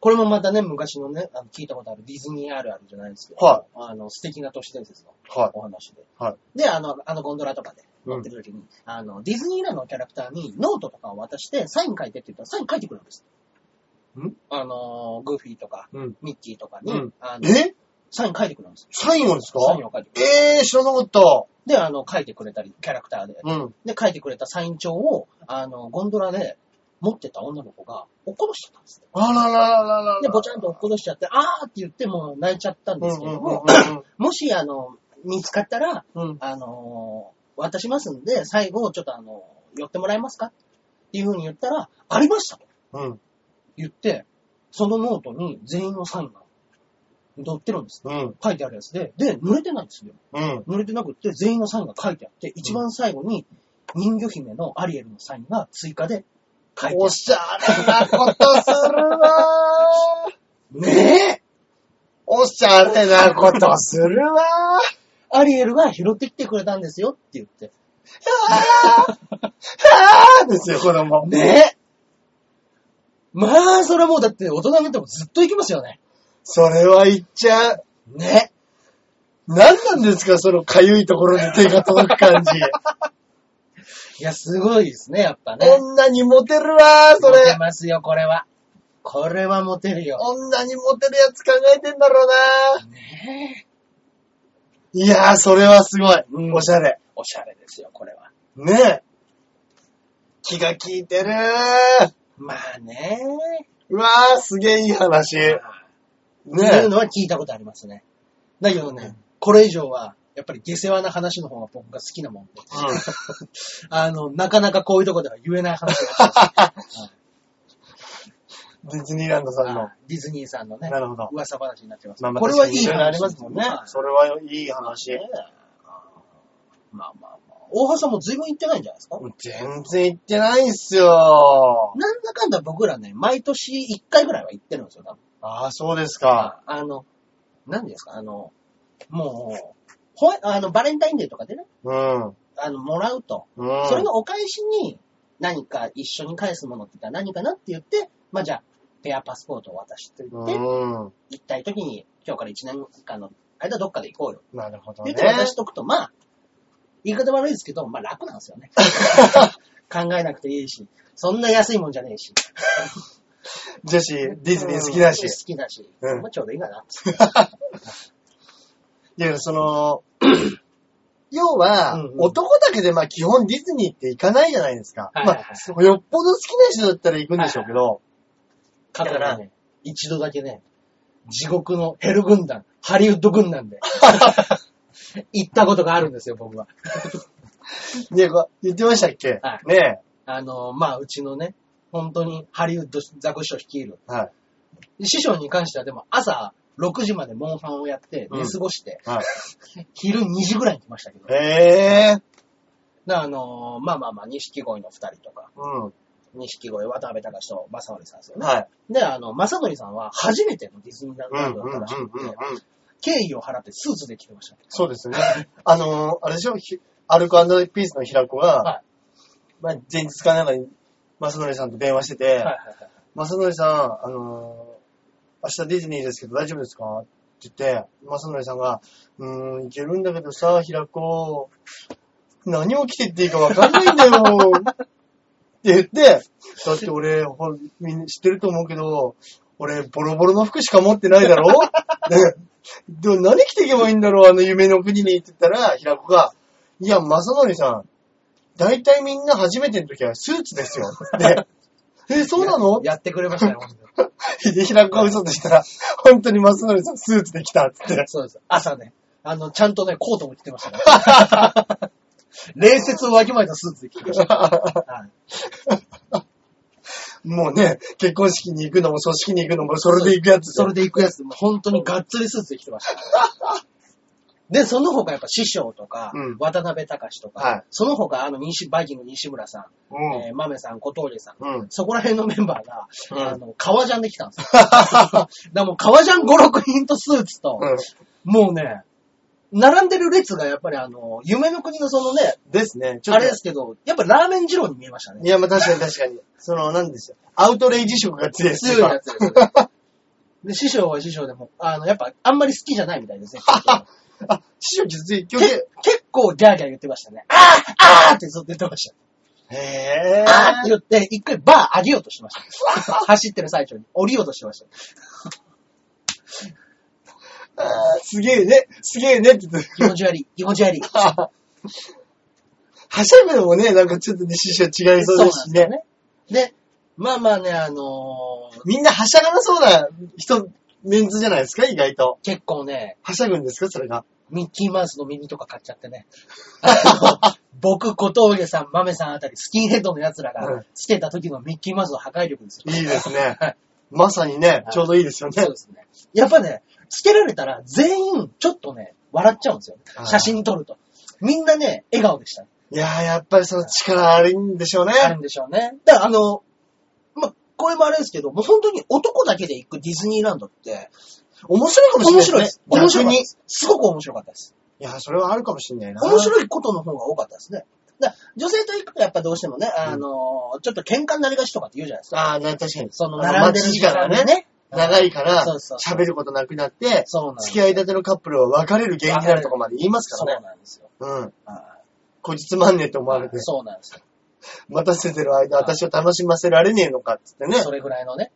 S1: これもまたね、昔のね、あの聞いたことあるディズニーあるあるじゃないですけど、
S2: は
S1: あの、素敵な都市伝説の
S2: は
S1: お話で。
S2: は
S1: で、あの、あのゴンドラとかで
S2: うん
S1: 乗ってる時に、あの、ディズニーランドのキャラクターにノートとかを渡して、サイン書いてって言ったらサイン書いてくるんです。
S2: ん
S1: あの、グーフィーとか、
S2: うん
S1: ミッキーとかに、
S2: うん
S1: あの、
S2: え
S1: サイン書いてくるんですよ。
S2: サインをですか
S1: サインを書いてくる。
S2: ええー、知らなかった。
S1: で、あの、書いてくれたり、キャラクターで。
S2: うん。
S1: で、書いてくれたサイン帳を、あの、ゴンドラで持ってた女の子が落っこぼしちゃったんですって。
S2: あらららららら。
S1: で、ぼちゃんと落っこぼしちゃって、あーって言ってもう泣いちゃったん
S2: う
S1: で
S2: ん
S1: すけ
S2: うん
S1: ど
S2: うん
S1: も、もし、あの、見つかったら、
S2: うんうん。
S1: あのー渡しますんで、最後、ちょっとあの、寄ってもらえますかっていう風に言ったら、ありましたと
S2: うん。
S1: 言って、そのノートに全員のサインが載ってるんです。
S2: うん。
S1: 書いてあるやつで、で、濡れてないんですよ。
S2: うん。
S1: 濡れてなくって、全員のサインが書いてあって、一番最後に人魚姫のアリエルのサインが追加で書いてあ
S2: おしゃれなことするわー。
S1: る。ねえ
S2: (laughs) おしゃれなことするわー。
S1: アリエルが拾ってきてくれたんですよって言って。
S2: あーですよ、子供。
S1: ねえまあ、それはもうだって大人見てもずっと行きますよね。
S2: それは言っちゃう。
S1: ね
S2: 何なんですか、その痒いところに手が届く感じ。
S1: いや、すごいですね、やっぱね。
S2: 女にモテるわー、そ
S1: モ
S2: れ
S1: テ。ますよ、これは。これはモテるよ。
S2: 女にモテるやつ考えてんだろうなー。
S1: ねえ
S2: いやー、それはすごい。
S1: うん
S2: おしゃれ。
S1: おしゃれですよ、これは。
S2: ねえ。気が利いてるー。
S1: まあね
S2: うわー、すげえいい話。ね
S1: まあってい
S2: え
S1: う。のは聞いたことありますね。だけどね、これ以上は、やっぱり下世話な話の方が僕が好きなもんで。あの、なかなかこういうとこでは言えない話
S2: (laughs)
S1: が
S2: うんディズニーランドさんの。
S1: ディズニーさんのね
S2: な、るほど。
S1: 噂話になってます。
S2: まあまあ
S1: これはいい
S2: 確か
S1: 話
S2: にろろありますもんね
S1: は。い
S2: それはいい話
S1: ね。まあまあまあ。大橋さんも随分行ってないんじゃないですか、
S2: 全然行ってないんすよ。
S1: なんだかんだ僕らね、毎年1回ぐらいは行ってるんですよ、多分。
S2: ああ、そうですか。
S1: あの、なんていうんですか、あの、もう、ほあの、バレンタインデーとかでね、
S2: うん。
S1: あの、もらうと。
S2: うん。
S1: それのお返しに、何か一緒に返すものって言ったら何かなって言って、まあじゃあ、ペアパスポートを渡しておいて、
S2: うん。
S1: 行ったい時に、今日から1年間の間どっかで行こうよ。
S2: なるほど
S1: 言
S2: ね
S1: って。渡しとくと、まあ、言い方悪いですけど、まあ楽なんです
S2: (laughs)
S1: よね。考えなくていいし、そんな安いもんじゃねえし。
S2: ジェシー、ディズニー好きだし
S1: うん。好きだし。
S2: うん
S1: まあちょうどいいかな。
S2: いや、その、 (clears throat) 要は、
S1: うんうん
S2: 男だけでまあ基本ディズニーって行かないじゃないですか。
S1: はいはいはい
S2: まあ、よっぽど好きな人だったら行くんでしょうけど、
S1: 過去
S2: だ
S1: に
S2: か
S1: ね、一度だけね、地獄のヘル軍団、ハリウッド軍
S2: (laughs)
S1: 団で、行ったことがあるんですよ、僕は。
S2: ねこ言ってましたっけ、
S1: は
S2: ね
S1: あの、まあ、うちのね、本当にハリウッドザコシショウ率いる。
S2: え。は
S1: 師匠に関してはでも朝6時までモンファンをやって
S2: うん
S1: 寝過ごして、
S2: い。はい。
S1: 昼2時ぐらいに来ましたけど。だか
S2: ええ
S1: らあの、まあまあまあ、錦鯉の2人とか、
S2: うん。
S1: 錦鯉渡辺隆と正則さんですよね。
S2: はい。
S1: で、あの、正則さんは初めてのディズニーラン
S2: うん、うん、
S1: ドだ
S2: う
S1: ったらしく
S2: ん、うん
S1: て、。敬意を払ってスーツで来てました。
S2: そうですよね。 (laughs) あのー、あれでしょひアルコピースの平子が、
S1: は
S2: まあ、前日かなんかに、正則さんと電話してて、
S1: はいはいはい。
S2: 正則さん、あのー明日ディズニーですけど大丈夫ですかって言って、正則さんが、うーん、いけるんだけどさ、平子、何を着てっていいかわかんないんだよ。って言って、だって俺、ほんみんな知ってると思うけど、俺、ボロボロの服しか持ってないだろででも何着ていけばいいんだろうあの夢の国にって言ったら、平子が、いや、正則さん、大体みんな初めての時はスーツですよ。で、え、そうなの
S1: ややってくれました (laughs) よ、本当に
S2: (laughs) 秀平子が嘘としたら、本当に松則さんスーツで来たっつって。
S1: そうです。朝ね。あの、ちゃんとね、コートも着てましたから。 (laughs) 礼節をわきまえたスーツで着てました。はい
S2: もうね、結婚式に行くのも、組織に行くのも、それで行くやつ
S1: それ
S2: で。
S1: で行くやつ、もう (laughs) 本当にがっつりスーツで着てま
S2: (laughs)
S1: した。で、その他やっぱ師匠とか、
S2: うん
S1: 渡辺隆とか、
S2: はい
S1: その他あの西、バイキング西村さ、
S2: うん
S1: えー豆さん、小峠さん、
S2: ん。うん。
S1: そこら辺のメンバーが、
S2: うん
S1: あの、革ジャンで来たん
S2: (laughs)
S1: ですよ。だからもう革ジャン5、6人とスーツと、もうね、並んでる列がやっぱりあの、夢の国のそのね、
S2: ですね。
S1: あれですけど、やっぱラーメン二郎に見えましたね。
S2: いや、まあ確かに確かに。その、なんですよ。アウトレイジ色が強いです
S1: 強いやつですよね。で、師匠は師匠でも、あの、やっぱ、あんまり好きじゃないみたい
S2: (laughs)
S1: ですね。
S2: (laughs) あ、師匠実一挙
S1: け
S2: で。
S1: 結構ギャーギャー言ってましたね。あーあーってずっと言ってました。
S2: へ
S1: あ
S2: ぇ
S1: ーって言って、一回バー上げようとしました。走ってる最中に降りようとしてました。
S2: すげえね、すげえねって言って。 (laughs)
S1: 気持ち悪い、気持ち悪い。
S2: はしゃぐのもね、なんかちょっとね、師匠違いそうですしね。
S1: ね。で、まあまあね、あのー
S2: みんなはしゃがなそうな人、メンズじゃないですか、意外と。
S1: 結構ね、
S2: はしゃぐんですか、それが。
S1: ミッキーマウスの耳とか買っちゃってね。あ
S2: (laughs)
S1: の僕、小峠さん、豆さんあたり、スキンヘッドの奴ら
S2: う
S1: が
S2: ん
S1: つけた時のミッキーマウスの破壊力ですよ。
S2: いいですね
S1: はい。
S2: まさにね、ちょうどいいですよね
S1: そう。ですね。やっぱね、つけられたら全員ちょっとね、笑っちゃうんですよ
S2: あ。ー
S1: 写真撮ると。みんなね、笑顔でした。
S2: いやー、やっぱりその力あるんでしょうね。
S1: あるんでしょうね。だからあの、ま、これもあれですけど、もう本当に男だけで行くディズニーランドって、
S2: 面白いかもしれない
S1: 面白いです。面白い
S2: 逆に。
S1: で
S2: い
S1: す。すごく面白かったです。
S2: やー、それはあるかもしれないな。
S1: 面
S2: い。
S1: 白いことの方が多かったですね。だから女性と行くとやっぱどうしてもね、あの、ちょっと喧嘩になりがちとかって言うじゃないですか。
S2: ああ、な、確かに。
S1: その
S2: あ
S1: 並んで
S2: 待
S1: る
S2: ち
S1: 時
S2: 時
S1: 間が
S2: 間が
S1: ね。
S2: ね、長いから
S1: そうそう、そう
S2: 喋ることなくなって、
S1: そうなんです
S2: 付き合いたてのカップルは別れる原因になるとこまで言います
S1: そう
S2: からね。
S1: なんですよ。
S2: うん。
S1: あ
S2: こじつまんねえと思われ
S1: ー
S2: て、
S1: そうなんですよ。
S2: 待たせてる間、私を楽しませられねえのかっつってね
S1: そ。れぐらいのね。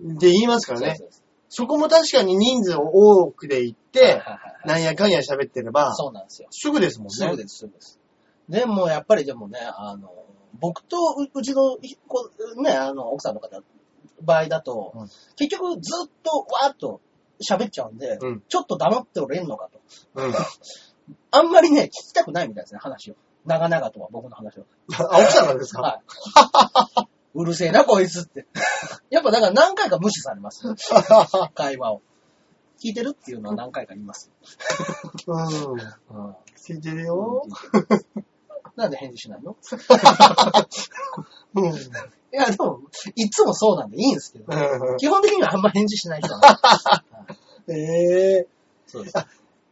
S1: うん。
S2: で、言いますからね
S1: そう。そう
S2: そこも確かに人数を多くで行っ
S1: そうはいは、い
S2: て
S1: はい
S2: なんやかんや喋ってれば、
S1: そうなんですよ。
S2: すぐですもんね。
S1: すぐです、すぐです。でもやっぱりでもね、あの、僕とううちのこね、あの、奥さんの方、場合だと、
S2: うん
S1: 結局ずっとわーっと喋っちゃうんで、
S2: うん
S1: ちょっと黙っておれんのかと。
S2: うん。
S1: あんまりね、聞きたくないみたいですね、話を。長々とは、僕の話を。
S2: あ、奥さんなんですか、
S1: はい。 (laughs) うるせえな、こいつって。 (laughs) やっぱだから何回か無視され
S2: (laughs)
S1: ます、会話を。聞いてるっていうのは何回か言います。
S2: うん。
S1: うん
S2: ついてるよ。
S1: (laughs) なんで返事しないの
S2: うん。
S1: いや、でも、いつもそうなんでいいんですけど、
S2: うん
S1: 基本的にはあんま返事しない人なんで
S2: ええ
S1: そうです。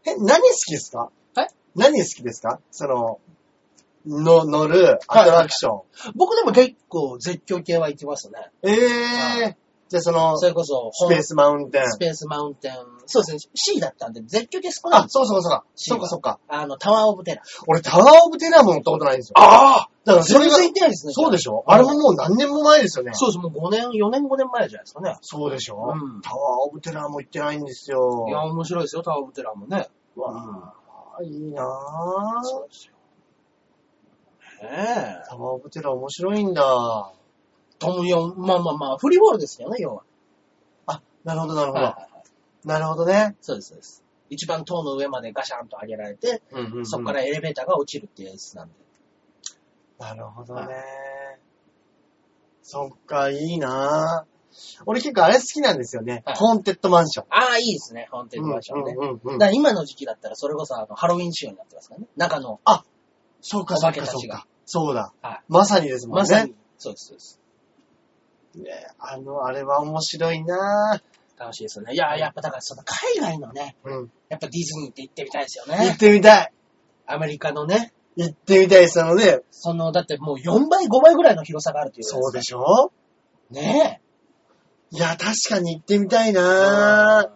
S2: え、何好きですか
S1: え
S2: 何好きですかその、の、乗るアトラクション。
S1: 僕でも結構絶叫系は行きますね。
S2: え
S1: は
S2: えじゃあその、
S1: そ
S2: ス
S1: れこそ、
S2: ペースマウンテン。
S1: スペースマウンテン。そうですね。C だったんで、絶叫系少ないん
S2: あ
S1: で、す
S2: そうそうそうか。
S1: シーは
S2: そうかそうか。
S1: あの、タワーオブテラー。
S2: 俺タワーオブテラーも乗ったことないんですよ。
S1: ああ
S2: だからそ
S1: 全
S2: れ
S1: 然
S2: が、
S1: 行ってないですね。
S2: そうで
S1: し
S2: しょ
S1: うん
S2: あれももう何年も前ですよね。
S1: そうです。もう5年、4年5年前じゃないですかね。
S2: そうでしょ
S1: うん
S2: タワーオブテラーも行ってないんですよ
S1: い。や、面白いですよ、タワーオブテラーもね。
S2: わあ、いいなあ
S1: そうですよ。ねえ。
S2: タワーオブテラー面白いんだ。
S1: トムヨン、まあまあまあ、フリーボールですよね、要は。
S2: なるほど、なるほ
S1: はいはい
S2: ど。
S1: はい。
S2: なるほどね。
S1: そうです、そうです。一番塔の上までガシャンと上げられて、
S2: うんうんうん
S1: そこからエレベーターが落ちるっていうやつなんで。
S2: なるほど
S1: は
S2: ね。そっか、いいなぁ。俺結構あれ好きなんですよね。
S1: はい
S2: ホーンテッドマンション。
S1: ああ、いいですね、ホーンテッドマンションね。
S2: うんうんうん
S1: だ
S2: うん
S1: から今の時期だったら、それこそあのハロウィン仕様になってますからね。中の、
S2: そうか、
S1: お
S2: そ
S1: 化
S2: う
S1: け
S2: か、
S1: た
S2: そ
S1: ち
S2: う
S1: が
S2: か。そうだ
S1: は。
S2: まさにですもんね。
S1: まさに、そうです、そうです。
S2: ねあの、あれは面白いなぁ。
S1: 楽しいですよね。いや、やっぱだから、その海外のね、
S2: うん。
S1: やっぱディズニーって行ってみたいですよ
S2: 行
S1: ね
S2: っ。てみたい。
S1: アメリカのね、
S2: 行ってみたいです。なので、
S1: その、だってもう4倍、5倍ぐらいの広さがあるという。。
S2: そうですしょ
S1: ね
S2: いや、確かに行ってみたい
S1: え。
S2: な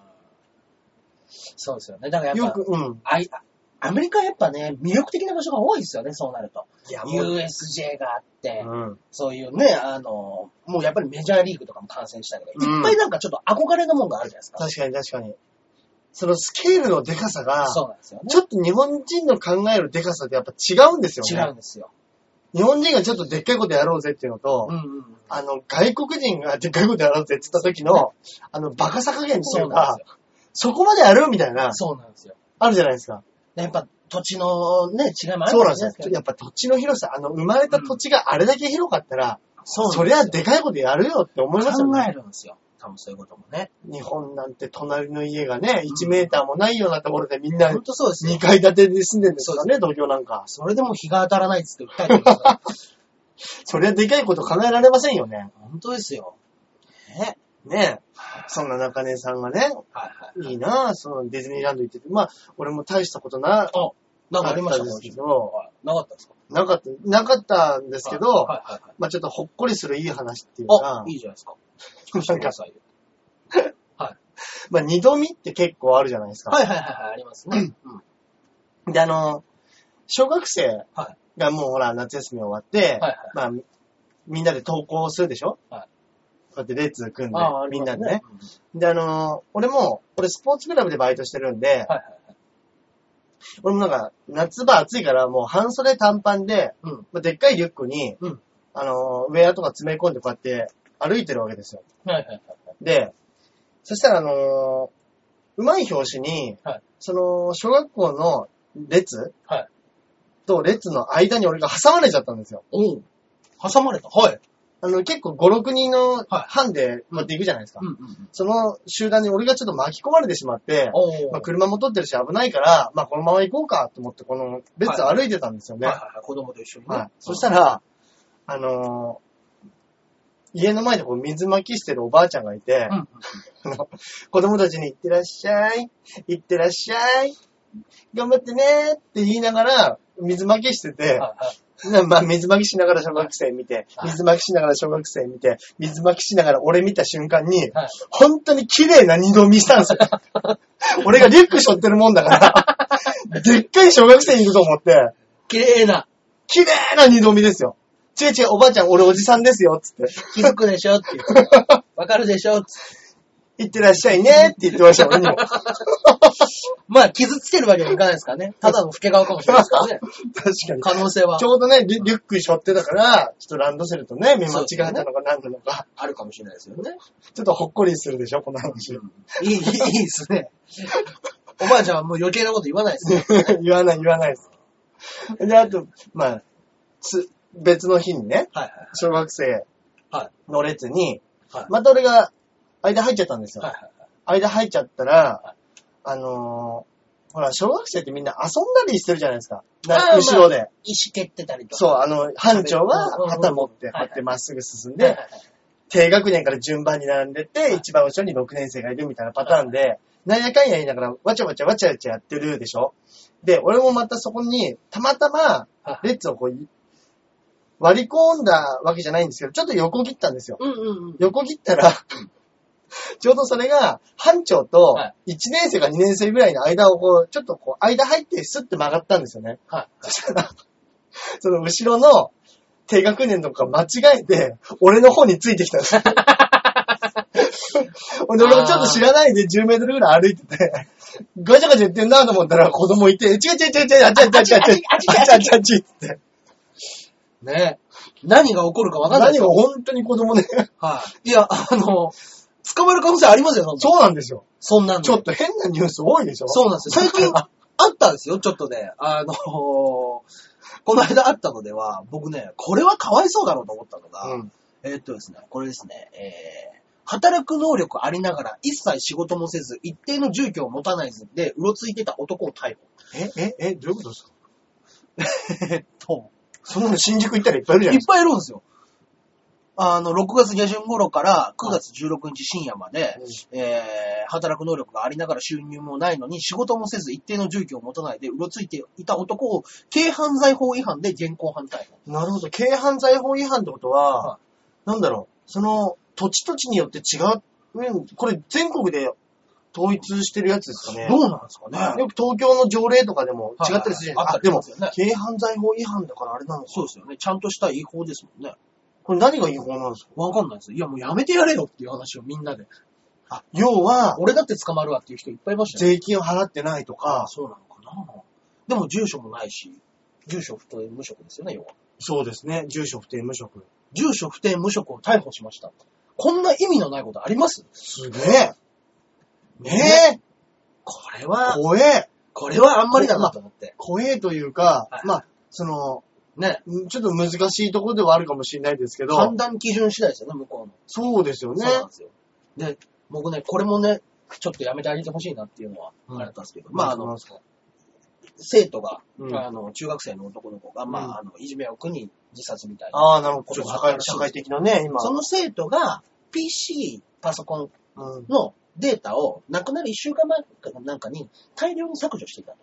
S1: そうですよね。だから
S2: ぁ。
S1: や
S2: よ
S1: っぱ
S2: く、、うん。
S1: あいあアメリカはやっぱね、魅力的な場所が多いですよね、そうなると。
S2: いや、もう、
S1: USJ があって、
S2: うん。
S1: そういうね、あの、もうやっぱりメジャーリーグとかも観戦したりとか、
S2: うん
S1: いっぱいなんかちょっと憧れのもんがあるじゃないですか。
S2: 確かに確かに。そのスケールのデカさが、
S1: そうなんですよね。
S2: ちょっと日本人の考えるデカさってやっぱ違うんですよね。
S1: 違うんですよ。
S2: 日本人がちょっとでっかいことやろうぜっていうのと、
S1: うんうんうん。
S2: あの、外国人がでっかいことやろうぜって言った時の、あの、バカさ加減ってい
S1: そう
S2: う
S1: なん
S2: か
S1: で、すよ。
S2: そこまでやるみたいな、
S1: そうなんですよ。
S2: あるじゃないですか。
S1: やっぱ土地のね、違いもある
S2: そうなんです
S1: しれ
S2: よ
S1: い。
S2: ちょっとやっぱ土地の広さ、あの、生まれた土地があれだけ広かったら、
S1: そう
S2: そりゃでかいことやるよって思いますよ
S1: 考
S2: ね。
S1: えるんですよ。多分そういうこともね。
S2: 日本なんて隣の家がね、1メーターもないようなところでみんな
S1: 本当そうです
S2: 2
S1: ね。
S2: 階建てで住んでるんですからね、東京なんか。
S1: それでも日が当たらないっつって訴えてるから。
S2: そりゃでかいこと考えられませんよね。
S1: 本当ですよ。ね。
S2: ねえ。そんな中根さんがね、
S1: はいはい。
S2: いいなぁ、そのディズニーランド行ってて。まあ、俺も大したことな、
S1: あ、なんかありました
S2: あ
S1: ね
S2: ったんですけど、
S1: なかったですか
S2: なかった、なかったんですけど、
S1: はいはいはい
S2: まあちょっとほっこりするいい話っていう
S1: はい。あ
S2: か、、
S1: いいじゃないですか。
S2: なんか、
S1: はい
S2: まあ二度見って結構あるじゃないですか。
S1: はいはいはい、ありますね。うん
S2: で、あの、小学生
S1: はい
S2: がもうほら夏休み終わって、
S1: はいはい
S2: まあみんなで登校するでしょ
S1: はい
S2: こうやって列組んで
S1: ああ、あ、り
S2: みん
S1: ま
S2: な
S1: す
S2: でね。。
S1: うん
S2: で、あの、俺も、俺スポーツクラブでバイトしてるんで、
S1: はいはいはい。
S2: 俺もなんか、夏場暑いから、もう半袖短パンで、
S1: うん。
S2: まあでっかいリュックに、
S1: うん
S2: あの、ウェアとか詰め込んでこうやって歩いてるわけですよ。
S1: はいはいはいはい。
S2: で、そしたらあのうまい表紙に、
S1: はい
S2: その、小学校の列、
S1: はい
S2: と列の間に俺が挟まれちゃったんですよ。
S1: おう。挟まれた。はい。
S2: あの、結構5、6人の
S1: はい
S2: 班で待っていくじゃないですか。
S1: うんうんうん。
S2: その集団に俺がちょっと巻き込まれてしまって、
S1: おう。
S2: まあ、車も取ってるし危ないから、まあ、このまま行こうかと思って、この列を歩いてたんですよね。
S1: はいはいはい。子供と一緒にね。
S2: はい。そしたら、あのー家の前でこう水まきしてるおばあちゃんがいて、
S1: うんうん。
S2: あの子供たちに行ってらっしゃい、行ってらっしゃい、頑張ってねーって言いながら、水まきしてて、
S1: はいはい
S2: な (laughs) まあ、水まきしながら小学生見て、
S1: はい
S2: 水まきしながら小学生見て、水まきしながら俺見た瞬間に、
S1: はい
S2: 本当に綺麗な二度見したんですよ。
S1: (laughs)
S2: 俺がリュック背負ってるもんだから、でっかい小学生にいると思って、
S1: 綺麗な。
S2: 綺麗な二度見ですよ。違う違う、おばあちゃん、俺おじさんですよ、つって。
S1: 気づくでしょっていう。わかるでしょつって
S2: 行ってらっしゃいね、って言ってました、俺にも。確
S1: まあ、傷つけるわけにはいかないですからね。ただの老け顔かもしれないです (laughs) からね。
S2: かに。
S1: 可能性は
S2: ちょうどね、リュリュック背負ってたから、ちょっとランドセルとね、見間違えたのか何なのか、
S1: あるかもしれないですよね。
S2: ちょっとほっこりするでしょ、この話。
S1: いい、いいですね。おばあちゃんはもう余計なこと言わないですね。
S2: (laughs) 言わない、言わないです。で、あと、まあ、つ、別の日にね、
S1: はい
S2: 小学生
S1: はい
S2: の列に、
S1: はい
S2: また俺が間入っちゃったんですよ。
S1: はい。はいはい
S2: 間入っちゃったら、あのーほら、小学生ってみんな遊んだりしてるじゃないですか。な
S1: あー
S2: 後ろで。
S1: 石蹴ってたりとか。
S2: そう、あの、班
S1: う
S2: 長
S1: んうんうん
S2: は旗持って、
S1: は
S2: こ
S1: いうはい
S2: やってまっすぐ進ん
S1: はい
S2: で
S1: は、い
S2: 低学年から順番に並んでって、一番後ろに6年生がいるみたいなパターンで、なんやかんや言いながら、わちゃわちゃわちゃわちゃやってるでしょで、俺もまたそこに、たまたま
S1: は、
S2: レッツをこう、割り込んだわけじゃないんですけど、ちょっと横切ったんですよ。
S1: うんうんうん。
S2: 横切ったら、ちょうどそれが、班長と
S1: は、
S2: 1年生か2年生ぐらいの間をこう、ちょっとこう、間入ってスッて曲がったんですよね。
S1: はい。
S2: そしたら、その後ろの低学年とか間違えて、俺の方についてきたんですよ。俺俺もちょっと知らないで10メートルぐらい歩いてて、ガチャガチャ言ってんなと思ったら子供いて、違う違う違う違う、あっちあっちあっちあっちあっちあっちあっちって。
S1: ねえ。何が起こるかわかんないで
S2: 何
S1: す
S2: が
S1: よ。
S2: 本当に子供ね。
S1: はい。いや、あの、捕まる可能性ありますよ、そんな
S2: そうなんですよ。
S1: そんなんで
S2: ちょっと変なニュース多いでしょ
S1: そうなんですよ。最近、あったんですよ、ちょっとね。あのーこの間あったのでは、僕ね、これはかわいそうだろうと思ったのが、
S2: うん。
S1: えーっとですね、これですね、えー、働く能力ありながら一切仕事もせず、一定の住居を持たないずで、うろついてた男を逮捕。
S2: え、え、え、どういうことですか
S1: えっと、
S2: そんなの新宿行ったらいっぱいいるじゃ
S1: いっ
S2: ないですか。
S1: ぱいいるんですよ。あの、6月下旬頃から9月16日深夜まで、えー、働く能力がありながら収入もないのに仕事もせず一定の住居を持たないでうろついていた男を軽犯罪法違反で現行犯逮捕。
S2: なるほど。軽犯罪法違反ってことは、
S1: は
S2: なんだろう。その、土地土地によって違ううん、これ全国で統一してるやつですかね。
S1: どうなんですかね
S2: よく東京の条例とかでも
S1: はい
S2: 違ったりするじゃないですか。
S1: あった
S2: あ
S1: り
S2: で
S1: しま
S2: も、
S1: すよね
S2: 軽犯罪法違反だからあれなのか。
S1: そうですよね。ちゃんとした違法ですもんね。
S2: これ何が違法なんですか
S1: わかんないですよ。いや、もうやめてやれよっていう話をみんなで。
S2: あ、要は、
S1: 俺だって捕まるわっていう人いっぱいいましたよ。
S2: 税金を払ってないとか、
S1: そうなのかなでも住所もないし、住所不定無職ですよね、要は。
S2: そうですね。住所不定無職。
S1: 住所不定無職を逮捕しました。こんな意味のないことあります
S2: すげえ。ねえ、
S1: これは、
S2: 怖え。
S1: これはあんまりだなと思って。
S2: 怖えというか、
S1: はい
S2: まあ、その、
S1: ね。
S2: んちょっと難しいところではあるかもしれないですけど、
S1: 判断基準次第ですよね、向こうの。
S2: そうですよね
S1: そう。なんですよ。で、僕ね、これもね、ちょっとやめてあげてほしいなっていうのは、
S2: うん
S1: あれだったんですけど、まあ、あ
S2: なん
S1: の、
S2: ですか
S1: 生徒が、
S2: うん
S1: あの、中学生の男の子が、ま
S2: うん
S1: あ、あの、いじめを苦に自殺みたいな。
S2: ああ、なるほど。ちょっと社会社会的なね、今。
S1: その生徒が、PC、パソコン
S2: うん
S1: のデータを、亡くなる1週間前かなんかに、大量に削除していたと。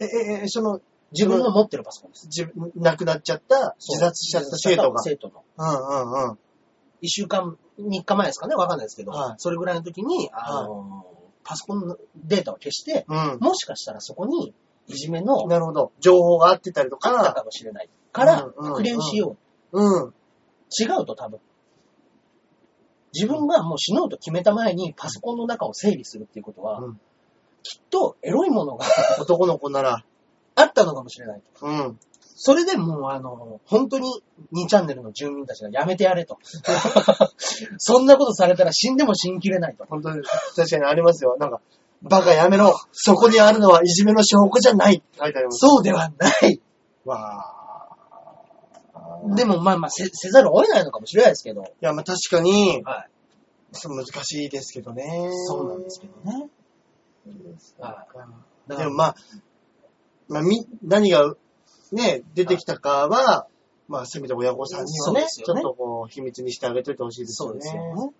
S2: え、え、え、その、
S1: 自分の持ってるパソコンです。
S2: 自分、亡くなっちゃった、
S1: そう
S2: 自殺しちゃった生徒が。
S1: 生徒の。
S2: うんうんうん。
S1: 一週間、3日前ですかね、わかんないですけど、
S2: はい
S1: それぐらいの時に、あのパソコンのデータを消して、
S2: う
S1: もしかしたらそこにいじめの
S2: ん。なるほど。情報が合ってたりと
S1: あった
S2: か、
S1: かもしれないから、
S2: うんうんうん
S1: 確認しよう。
S2: うん。
S1: 違うと多分。自分がもう死のうと決めた前にパソコンの中を整理するっていうことは、
S2: うん
S1: きっとエロいものが
S2: 男の子なら、
S1: あったのかもしれない。
S2: うん。
S1: それでもうあの、本当に2チャンネルの住民たちがやめてやれ
S2: (laughs)
S1: と。そんなことされたら死んでも死にきれないと。
S2: 本当に、確かにありますよ。なんか、バカやめろ。そこにあるのはいじめの証拠じゃない。って書いてあります。
S1: そうではない。
S2: わあ。で、い
S1: でもまあまあせせざるを得ないのかもしれないですけど。
S2: や、まあ確かに、
S1: はい。
S2: そう難しいですけどね。
S1: そうなんですけどね。は
S2: はい
S1: だ
S2: で
S1: から
S2: もまあ、まあ、み、何が、ね、出てきたかは、まあ、せめて親御さんには
S1: そう
S2: ね
S1: で、す
S2: ち
S1: よ
S2: ょっ
S1: ね
S2: とこう、秘密にしてあげといてほしいです
S1: そ
S2: よ
S1: う
S2: ね。
S1: ですよね。はい。だか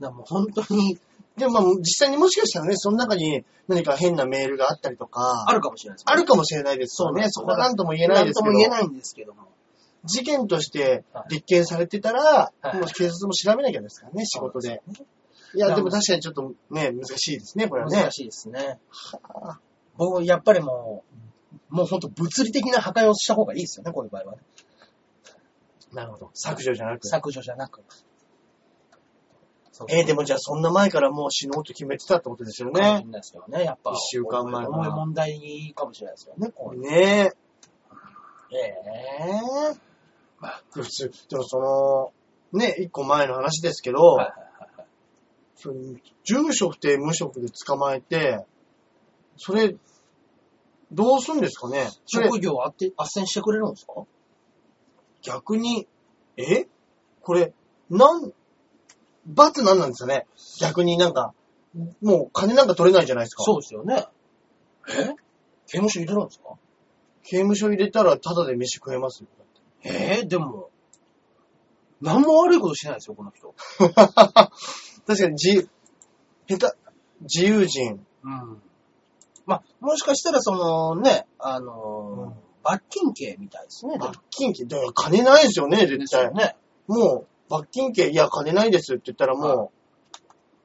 S1: らもう本当に
S2: でもまあ、実際にもしかしたらね、その中に何か変なメールがあったりとか、
S1: あるかもしれないですね、
S2: あるかもしれないですよね。そ
S1: そう
S2: こ
S1: なんですよ
S2: は何とも言えないですけど、
S1: んとも言えないんですけども。
S2: 事件として
S1: はい
S2: 立件されてたら、
S1: はい
S2: もう警察も調べなきゃですからね、仕事で。いや、でも確かにちょっとね、難しいですね、これはね
S1: 難。しいですね。僕、やっぱりもう、もう本当物理的な破壊をした方がいいですよね、こういう場合はね。
S2: なるほど。削除じゃなくて。
S1: 削除じゃなく。そう
S2: えーでもじゃあそんな前からもう死のうと決めてたってことですよ
S1: かもし
S2: ね
S1: れ。ないですけどね、やっぱ。
S2: 一週間前かな
S1: 重い問題かもしれないですよね、こういう。え
S2: ねえ。
S1: えまあ
S2: 普通、でもその、ね、一個前の話ですけど、
S1: はいはいはいはい
S2: その住所不定無職で捕まえて、それ、どうすんですかねそれ
S1: 職業をあって、斡旋してくれるんですか
S2: 逆に、えこれ、なん、罰なんなんですかね逆になんか、もう金なんか取れないじゃないですか。
S1: そうですよね。え刑務所入れるんですか
S2: (laughs) 刑務所入れたらタダで飯食えますよ。
S1: ええでも、何も悪いことしてないですよ、この人。
S2: 確かに、じ、下手、自由人。
S1: うん。まあ、もしかしたらそのね、あのー
S2: うん
S1: 罰金刑みたいですね。
S2: 罰金刑。だから金ないですよね、
S1: でも
S2: 絶
S1: ですよ
S2: 対。
S1: ね。
S2: もう、罰金刑、いや、金ないですって言ったらも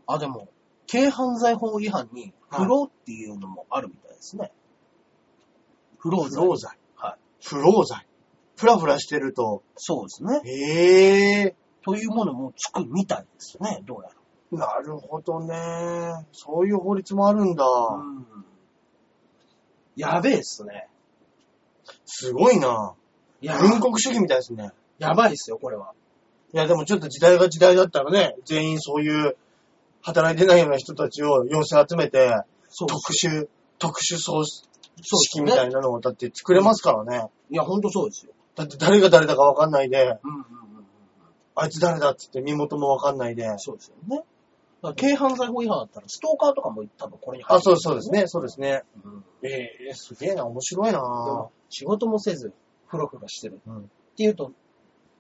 S1: あ、でも、軽犯罪法違反に、不老っていうのもあるみたいですね。不
S2: う、
S1: 老
S2: 不
S1: 罪。
S2: 老罪。
S1: はい。
S2: 不老罪。ふらふらしてると、
S1: そうですね。
S2: へえ
S1: というものもつくみたいですね、どうや
S2: ー、なるほどね。そういう法律もあるんだ。
S1: ら。うん。やべえっすね。
S2: すごいな。
S1: や
S2: 軍国主義みたいですね。
S1: やばいっすよ、これは。
S2: いや、でもちょっと時代が時代だったらね、全員そういう、働いてないような人たちを要請集めて、
S1: そう
S2: 特殊、特殊葬式
S1: そう
S2: み
S1: です
S2: た
S1: ね。
S2: いなのをだって作れますからね。
S1: いや、ほんとそうですよ。
S2: だって誰が誰だかわかんないで、
S1: うんうんうんうん。
S2: あいつ誰だって言って身元もわかんないで。
S1: そうですよね。だから軽犯罪法違反だったら、ストーカーとかも多分これに入
S2: あ、
S1: ってく
S2: そ
S1: る
S2: うそうですね、そうですね。
S1: うんで
S2: ええすげえな、面白いな
S1: も、仕事もせず、ふろふろしてる。
S2: うん
S1: っていうと、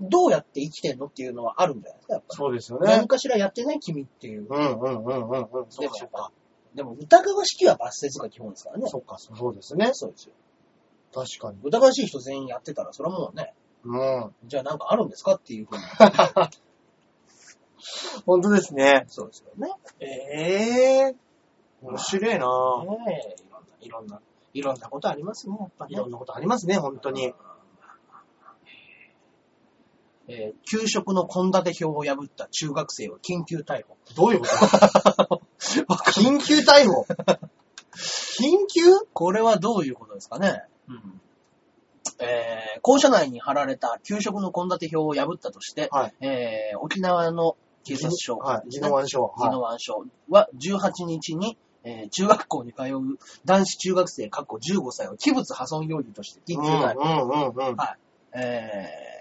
S1: どうやって生きてんのっていうのはあるんじゃないですか、やっぱ
S2: そうですよ
S1: り。何
S2: ね。
S1: かしらやってない君っていう。
S2: うんうんうんうんうん。そ
S1: で
S2: う
S1: も
S2: か
S1: や
S2: そ
S1: っ
S2: う
S1: ぱ
S2: か。、
S1: でも疑わしきは罰せずが基本ですからね。
S2: そうか、そうですね。
S1: そうですよ。
S2: 確かに。
S1: 疑わしい人全員やってたら、それはもうね、
S2: うん。
S1: じゃあなんかあるんですかっていうふうに。
S2: 本当ですね。
S1: そうですよね。
S2: ええ面白いなぁ。
S1: ねえいろんな、いろんな、いろんなことありますね、やっぱ
S2: い
S1: り、ね
S2: ろん。なことありますね、本当に。。
S1: えー給食の献立表を破った中学生を緊急逮捕。
S2: どう (laughs) いうこと緊急逮捕。緊急
S1: これはどういうことですかね、うんえー校舎内に貼られた給食の献立表を破ったとして、
S2: はい。
S1: えー沖縄の警察署、
S2: はい。
S1: 宜野
S2: 宜野
S1: 湾
S2: 湾署。はい。
S1: 署は18日に、えー中学校に通う男子中学生過去15歳を器物破損容疑として緊急逮捕。
S2: うんうんうんうん。
S1: えー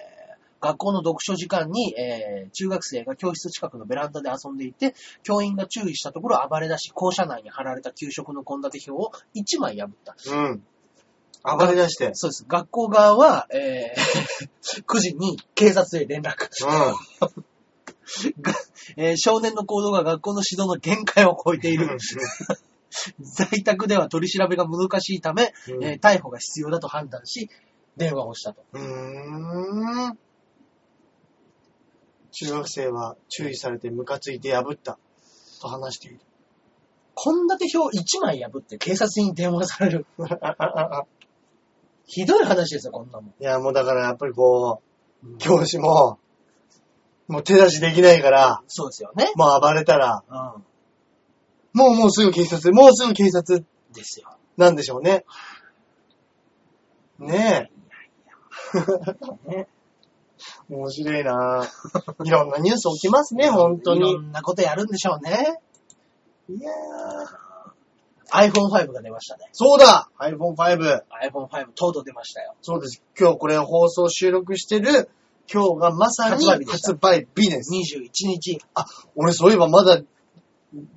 S1: 学校の読書時間に、えー中学生が教室近くのベランダで遊んでいて、教員が注意したところ暴れ出し、校舎内に貼られた給食の献立表を1枚破った。
S2: うん。暴れ出して。
S1: そうです。学校側は、え
S2: (laughs)
S1: ー9時に警察へ連絡、
S2: う
S1: がえー少年の行動が学校の指導の限界を超えてい
S2: ん。 (laughs)
S1: る。在宅では取り調べが難しいため、
S2: うん
S1: えー逮捕が必要だと判断し、電話をしたと。
S2: うーん。中学生は注意されてムカついて破ったと話している。
S1: 献立表1枚破って警察に電話される。 (laughs)
S2: ああああ
S1: ひどい話ですよ、こんなもん。
S2: いや、もうだからやっぱりこ
S1: うん
S2: う、教師も、もう手出しできないから、
S1: そうですよね。
S2: もう暴れたら、
S1: う
S2: もうもうすぐ警察、もうすぐ警察
S1: ん。ですよ。
S2: なんでしょうね。ねえ。ね (laughs) 面白いなぁ。いろんなニュース起きますね、本当
S1: い
S2: に
S1: ろ。んなことやるんでしょうね。
S2: いやー
S1: iPhone5 が出ましたね。
S2: そうだ !iPhone5。
S1: iPhone5 とうとう出ましたよ。
S2: そうです。今日これ放送収録してる、今日がまさに
S1: 発売日でした
S2: 発売日です。
S1: 21日、
S2: 俺そういえばまだ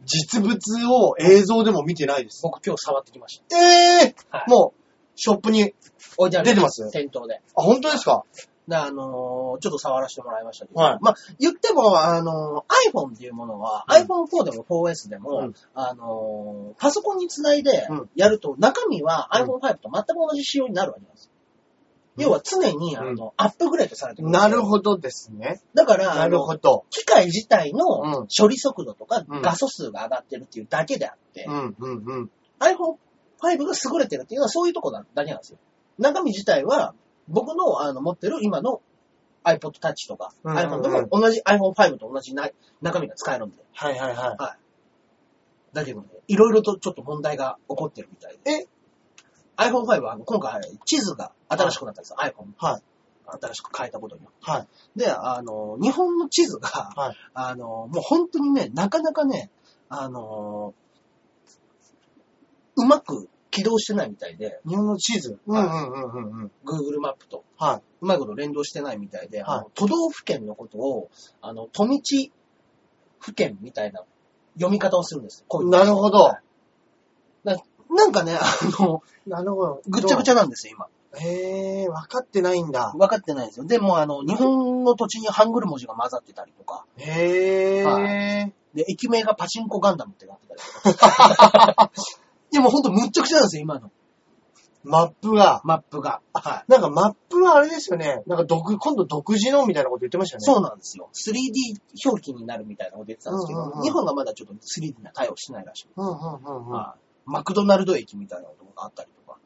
S2: 実物を映像でも見てないです。
S1: 僕今日触ってきまし
S2: ええ
S1: た。はい。
S2: もう、ショップに、
S1: 置いてある
S2: 出てます
S1: 店頭で。
S2: あ、本当ですか
S1: で、あのーちょっと触らせてもらいましたけど。
S2: はい
S1: まあ、言っても、あのー iPhone っていうものは、
S2: うん
S1: iPhone4 でも 4S でも、
S2: うん
S1: あのーパソコンにつないで
S2: うん
S1: やると、中身は
S2: うん
S1: iPhone5 と全く同じ仕様になるわけなんですよ。
S2: うん
S1: 要は常に、あの、
S2: う
S1: アップグレードされてくるんですよ。
S2: なるほどですね。
S1: だから、
S2: なる
S1: あの
S2: ほど。
S1: 機械自体
S2: う
S1: の
S2: ん
S1: 処理速度とか
S2: うん
S1: 画素数が上がってるっていうだけであって、
S2: うん、うん、うん。
S1: iPhone5 が優れてるっていうのはそういうとこだだけなんですよ。中身自体は、僕のあの持ってる今の iPod Touch とか、
S2: うんうんうん
S1: iPhone でも同じ iPhone5 と同じな中身が使えるんで。
S2: はいはいは
S1: だけどね、いろいろとちょっと問題が起こってるみたいで。iPhone5 はあの今回地図が新しくなったんですよ、iPhone。
S2: はい。
S1: 新しく変えたことによって。
S2: はい。
S1: で、あの、日本の地図が、
S2: はい
S1: あの、もう本当にね、なかなかね、あの、うまく起動してないみたいで、
S2: い。日本の地図。うん、うん、うん、うん、うん。
S1: Google マップと。
S2: は
S1: うまいこと連動してないみたいで、
S2: はい
S1: あの都道府県のことを、あの、都道府県みたいな読み方をするんですよ。こういう
S2: なるほど
S1: はいななんかね、あの、
S2: い。なるほど。
S1: ぐっちゃぐちゃなんですよ、今。
S2: へえ、分かってないんだ。
S1: 分かってないですよ。で、もうあの、日本の土地にハングル文字が混ざってたりとか、
S2: へえ、
S1: はで、駅名がパチンコガンダムってなってたりとか。
S2: (laughs)
S1: いや、もうほんとむっちゃくちゃなんですよ、今の
S2: マップが。
S1: マップが。はい。
S2: なんかマップはあれですよね。なんか独、今度独自のみたいなこと言ってましたよね。
S1: そうなんですよ。3D 表記になるみたいなこと言ってたんですけど、
S2: うんうんうん
S1: 日本がまだちょっと 3D な対応してないらしい。
S2: う。うんうんうんうん。
S1: はいマクドナルド駅みたいなとこがあったりとか。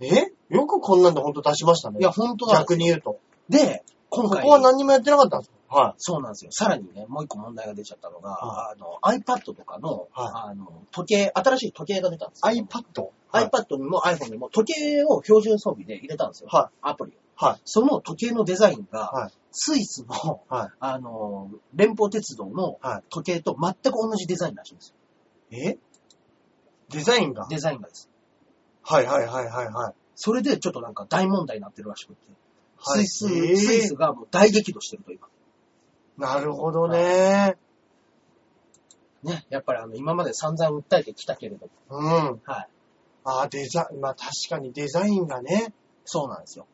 S2: えよくこんなんで本当出しましたね。
S1: いや、ほんとなんです
S2: 逆に言うと。
S1: で、今
S2: こ
S1: 回。
S2: こは何にもやってなかったんですかは
S1: そうなんですよ。さらにね、もう一個問題が出ちゃったのが、
S2: は
S1: あの、iPad とかの、
S2: は
S1: あの、時計、新しい時計が出たんですよ。
S2: い。iPad?
S1: iPad にも iPhone にも時計を標準装備で入れたんですよ。
S2: は
S1: アプリを。
S2: はい。
S1: その時計のデザインが、
S2: はい
S1: スイスの、 (laughs)
S2: はい
S1: あの、連邦鉄道の
S2: は
S1: 時計と全く同じデザインらしいんですよ。
S2: えデザインが
S1: デザインがです。
S2: はいはいはいはいはい。
S1: それでちょっとなんか大問題になってるらしくて。
S2: はい
S1: ス
S2: へ
S1: イ
S2: え
S1: ス、スイスがもう大激怒してると今。
S2: なるほどね。
S1: ね、やっぱりあの、今まで散々訴えてきたけれども、
S2: うん。
S1: はい。
S2: ああ、デザイン、まあ確かにデザインがね。
S1: そうなんですよ。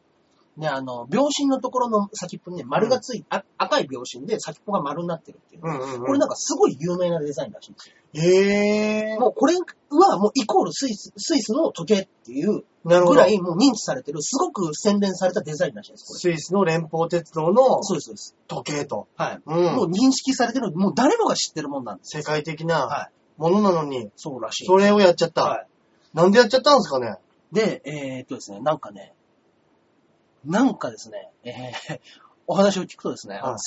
S1: ね、あの、秒針のところの先っぽにね、丸がつい、あ赤い秒針で先っぽが丸になってるっていう、
S2: んうん、
S1: これなんかすごい有名なデザインらしいんですよ。
S2: へえ。
S1: もうこれはもうイコールスイス、スイスの時計っていう
S2: なるほ
S1: ぐ
S2: ど
S1: ら。いもう認知されてる、すごく洗練されたデザインらしいんです、これ。
S2: スイスの連邦鉄道の
S1: そうです、そうです。
S2: 時計と。
S1: はい。
S2: う。
S1: もうん認識されてる、もう誰もが知ってるもんなんです。
S2: 世界的
S1: は
S2: なものなのに、
S1: そうらしい。
S2: それをやっちゃった。
S1: は
S2: なんでやっちゃったんですかね
S1: い。で、えーっとですね、なんかね、なんかですね、えー (laughs) お話を聞くとですね、あの
S2: は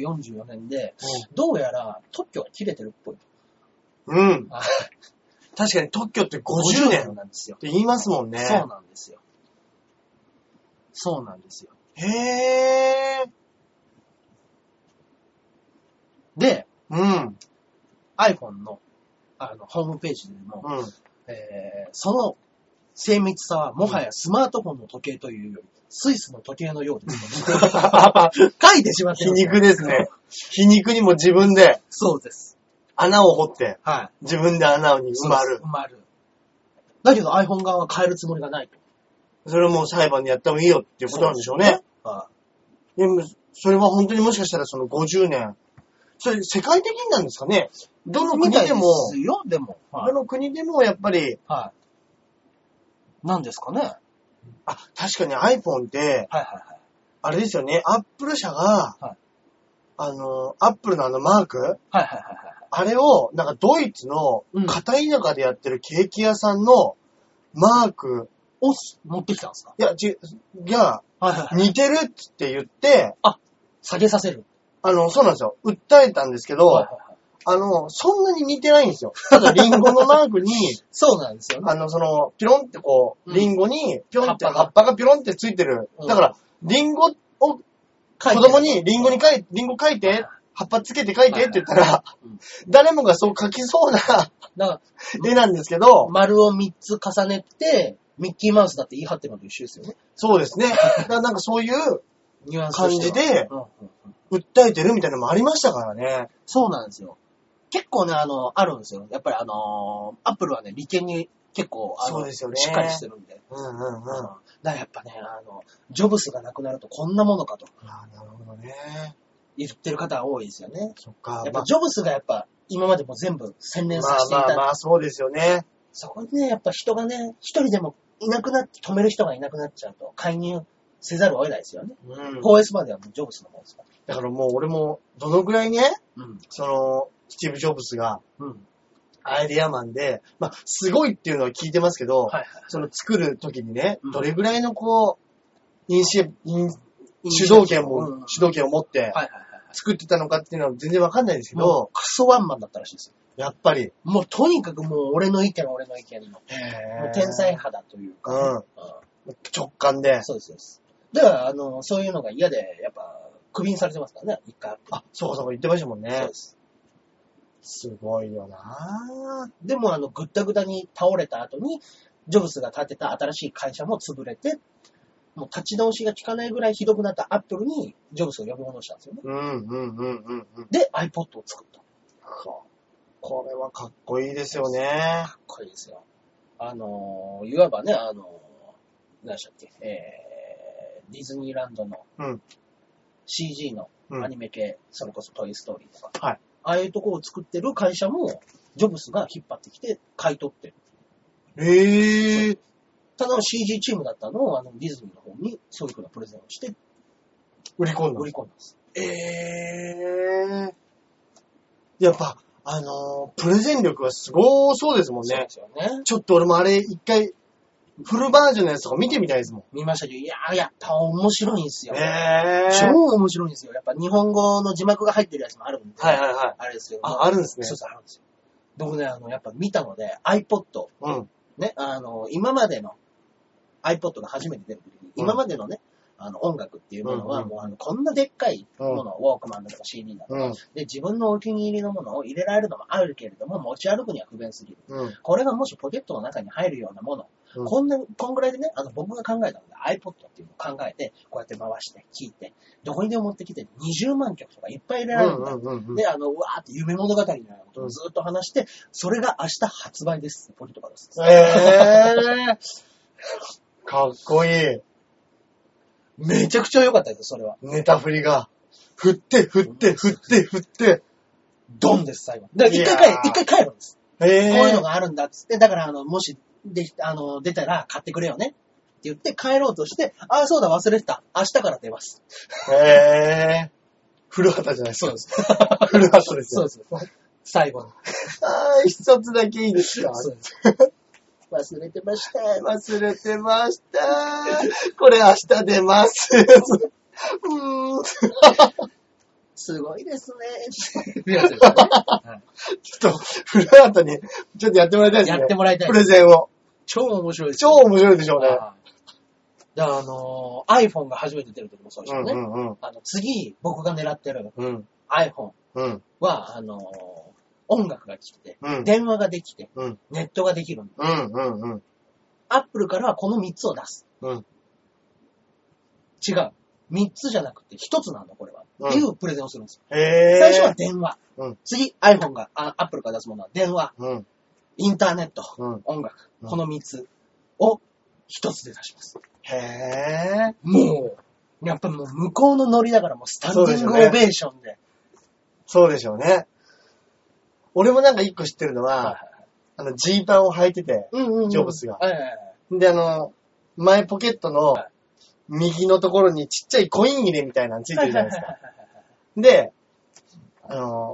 S1: 1944年で、どうやら特許が切れてるっぽい。
S2: うん。
S1: あ
S2: 確かに特許って50年っ
S1: なんですよ。
S2: て言いますもんね。
S1: そうなんですよ。そうなんですよ。
S2: へえ。
S1: で、
S2: うん。
S1: iPhone のあのホームページでも、 (laughs)
S2: うん。
S1: えーその精密さはもはやスマートフォンの時計というより、スイスの時計のようです、ね。
S2: (laughs)
S1: 書いてしまって
S2: 皮
S1: ます
S2: 肉ですね。皮肉にも自分で
S1: そうです。
S2: 穴を掘って、
S1: はい。
S2: 自分で穴に埋ま
S1: そうです
S2: る。
S1: 埋まる。だけど iPhone 側は変えるつもりがないと。
S2: それをもう裁判でやってもいいよっていうことなんでしょうね。
S1: は
S2: でも、それは本当にもしかしたらその50年。それ世界的になんですかねどの
S1: い。み
S2: 国
S1: たい
S2: で
S1: で
S2: も、
S1: すよ、でも。は
S2: ど
S1: い。
S2: の国でもやっぱり、
S1: はい。なんですかね。はい
S2: あ、確かに iPhone って、
S1: はいはい。
S2: あれですよね、Apple 社が、
S1: はい
S2: あの、Apple のあのマーク、
S1: はいはいはいはい。
S2: あれを、なんかドイツの
S1: うん
S2: 片田舎でやってるケーキ屋さんのマーク、
S1: を持ってきたんですか
S2: いや、ち、が、
S1: はいはい。
S2: 似てるっつって言って、
S1: 下げさせる。
S2: あの、そうなんですよ。訴えたんですけど、
S1: はいはいはい
S2: あの、そんなに似てないんですよ。ただ、リンゴのマークに、
S1: (laughs) そうなんですよね。
S2: あの、その、ピロンってこ
S1: う
S2: う、
S1: ん
S2: リンゴに、ピロンって
S1: 葉っぱが
S2: 葉っぱがピロンってついてる。
S1: うん
S2: だから、リンゴを、子
S1: 書いてる
S2: 供にリンゴに書い、リンゴ書いて、葉っぱつけて書いてって言ったら
S1: うん、
S2: 誰もがそう書きそうな
S1: だか
S2: 絵なんですけど
S1: ら、、丸を3つ重ねて、ミッキーマウスだって言い張ってるのと一緒ですよね。
S2: そうですね。だからなんかそういう
S1: ニュアンスと
S2: 感
S1: して
S2: じ
S1: は。
S2: で
S1: うんうんうん
S2: 訴えてるみたいなのもありましたからね。
S1: そうなんですよ。結構ね、あの、あるんですよ。やっぱりあのー、アップルはね、利権に結構、あの
S2: そうですよね
S1: しっかりしてるんで。
S2: うんうんうん。
S1: うんだ
S2: あ
S1: からやっぱね、あの、ジョブスが亡くなるとこんなものかと
S2: あ、なるほどね。
S1: 言ってる方は多いですよね。
S2: そっか
S1: やっ。
S2: ま
S1: ぱ
S2: あ
S1: ジョブスがやっぱ、今までも全部洗練させてい
S2: まあ
S1: た
S2: まあまあ、そうですよね。
S1: そこでね、やっぱ人がね、一人でもいなくなって、止める人がいなくなっちゃうと、介入せざるを得ないですよね。
S2: うん。
S1: 4S まではもうジョブスの方ですか
S2: だからもう俺も、どのぐらいね、
S1: ら。うん。
S2: その、スティーブ・ジョブズが
S1: うん。
S2: アイデアマンで、まあ、すごいっていうのは聞いてますけど、
S1: はいはい。
S2: その作る時にね
S1: うん、
S2: どれぐらいのこう、インシエイン主導権も、
S1: うんはい
S2: 主導権を持って
S1: はいはい。
S2: 作ってたのかっていうのは全然わかんないですけ
S1: も
S2: ど
S1: う、、クソワンマンだったらしいですよ。
S2: やっぱり、
S1: もうとにかくもう俺の意見は俺の意見の。もう天才派だというか。
S2: うん
S1: う
S2: 直感で
S1: ん。、そうです、そうです。だから、あの、そういうのが嫌で、やっぱ、クビにされてますからね、一回。あ、
S2: そうかそうか言ってましたもん
S1: そう
S2: ね
S1: で。す。
S2: すごいよな
S1: でも、あの、ぐったぐたに倒れた後に、ジョブスが建てた新しい会社も潰れて、もう立ち直しが効かないぐらいひどくなったアップルに、ジョブスを呼び戻したんですよね。
S2: うんうんうんうんうん。
S1: で、iPod を作った。
S2: これはかっこいいですよね。
S1: かっこいいですよ。あのー、いわばね、あの何でしたっけ、えー、ディズニーランドの
S2: うん。
S1: CG の
S2: うん
S1: アニメ系、それこそトイストーリーとか、
S2: はい
S1: ああいうとこを作ってる会社も、ジョブスが引っ張ってきて買い取ってる。
S2: ええー。
S1: ただ CG チームだったのを、あの、ディズニーの方にそういうふうなプレゼンをして
S2: 売り込んだ
S1: 売り込んだんです。
S2: ええー。やっぱ、あのープレゼン力はすごそうですもん
S1: そう
S2: ね
S1: で。すよね。
S2: ちょっと俺もあれ一回、フルバージョンのやつとか見てみたいですも
S1: 見ましたけど、いやー、やっぱ面白いんですよ。
S2: ん。え
S1: 超
S2: ー。
S1: 面白いんですよ。やっぱ日本語の字幕が入ってるやつもあるんで、
S2: はいはいはい。
S1: あれですけど、
S2: あ、あるんですね
S1: そう。そう、あるんですよ。僕ね、あの、やっぱ見たので、iPod、
S2: うん。
S1: ね、あの、今までの、iPod が初めて出る時に、今までのね、あの、音楽っていうものは、
S2: うんうん
S1: もうあの、こんなでっかい
S2: うん
S1: もの、ウォークマンだとか CD だとか、
S2: うん。
S1: で、自分のお気に入りのものを入れられるのもあるけれども、持ち歩くには不便すぎる。
S2: うん。
S1: これがもしポケットの中に入るようなもの、
S2: うん
S1: こんな、こんぐらいでね、あの、僕が考えたので iPod っていうのを考えて、こうやって回して、聞いて、どこにでも持ってきて、20万曲とかいっぱい入れられるんだ。
S2: うんうんうん。
S1: で、あの、うわーって夢物語みたいなことをずっと話して、それが明日発売です。ポリとかです。
S2: えー、 (laughs) かっこいい。
S1: めちゃくちゃ良かったです、それは。
S2: ネタ振りが。振って、振って、振って、振って。
S1: ドンです、最後。だから一
S2: いや
S1: 回
S2: ー
S1: 帰、一回帰るんです。
S2: えー、
S1: こういうのがあるんだっつって、だから、あの、もし、で、あの、出たら買ってくれよね。って言って帰ろうとして、ああ、そうだ、忘れてた。明日から出ます。
S2: えー、古畑じゃないです
S1: そうで。
S2: か
S1: (laughs) す。
S2: 古畑です
S1: そう
S2: よ
S1: で。す。最後の。
S2: あー、一つだけいいですか
S1: そうです。忘れてました。
S2: 忘れてました。これ明日出ます。 (laughs) うーん。
S1: すごいですね。は
S2: ちょっと、古畑に、ちょっとやってもらいたい
S1: い (laughs)
S2: です
S1: や
S2: ね。
S1: ってもらいたい
S2: プ。レゼンを。
S1: 超面白いです
S2: 超。面白いでしょうね。
S1: はいだからあのー iPhone が初めて出る時もそうでし
S2: う
S1: たね。
S2: んうんうん。
S1: あの次、僕が狙ってる
S2: うん。
S1: iPhone
S2: うん。
S1: は、あのー音楽が聴けて、
S2: うん。
S1: 電話ができて、
S2: うん。
S1: ネットができる。
S2: うんうんうん。
S1: Apple からはこの3つを出す。
S2: うん
S1: 違う。3つじゃなくて1つなんだ、これは。
S2: うん
S1: っていうプレゼンをするんですよ。
S2: へえ。
S1: 最初は電話。
S2: うん
S1: 次、iPhone が、あ Apple から出すものは電話、
S2: うん。
S1: インターネット、
S2: うん
S1: 音楽、
S2: うん
S1: この3つを1つで出します。
S2: へえ。
S1: もう、やっぱもう向こうのノリだからもうスタンディングオベーションで。
S2: そうでしょうね。俺もなんか一個知ってるの
S1: はい
S2: は、あの、ジーパンを履いてて、
S1: はいはいうんうんうん
S2: ジョブスが
S1: はいはいはい
S2: で、あの、前ポケットの
S1: はい
S2: 右のところにちっちゃいコイン入れみたいなのついてるじゃないですか。
S1: は
S2: で、あの、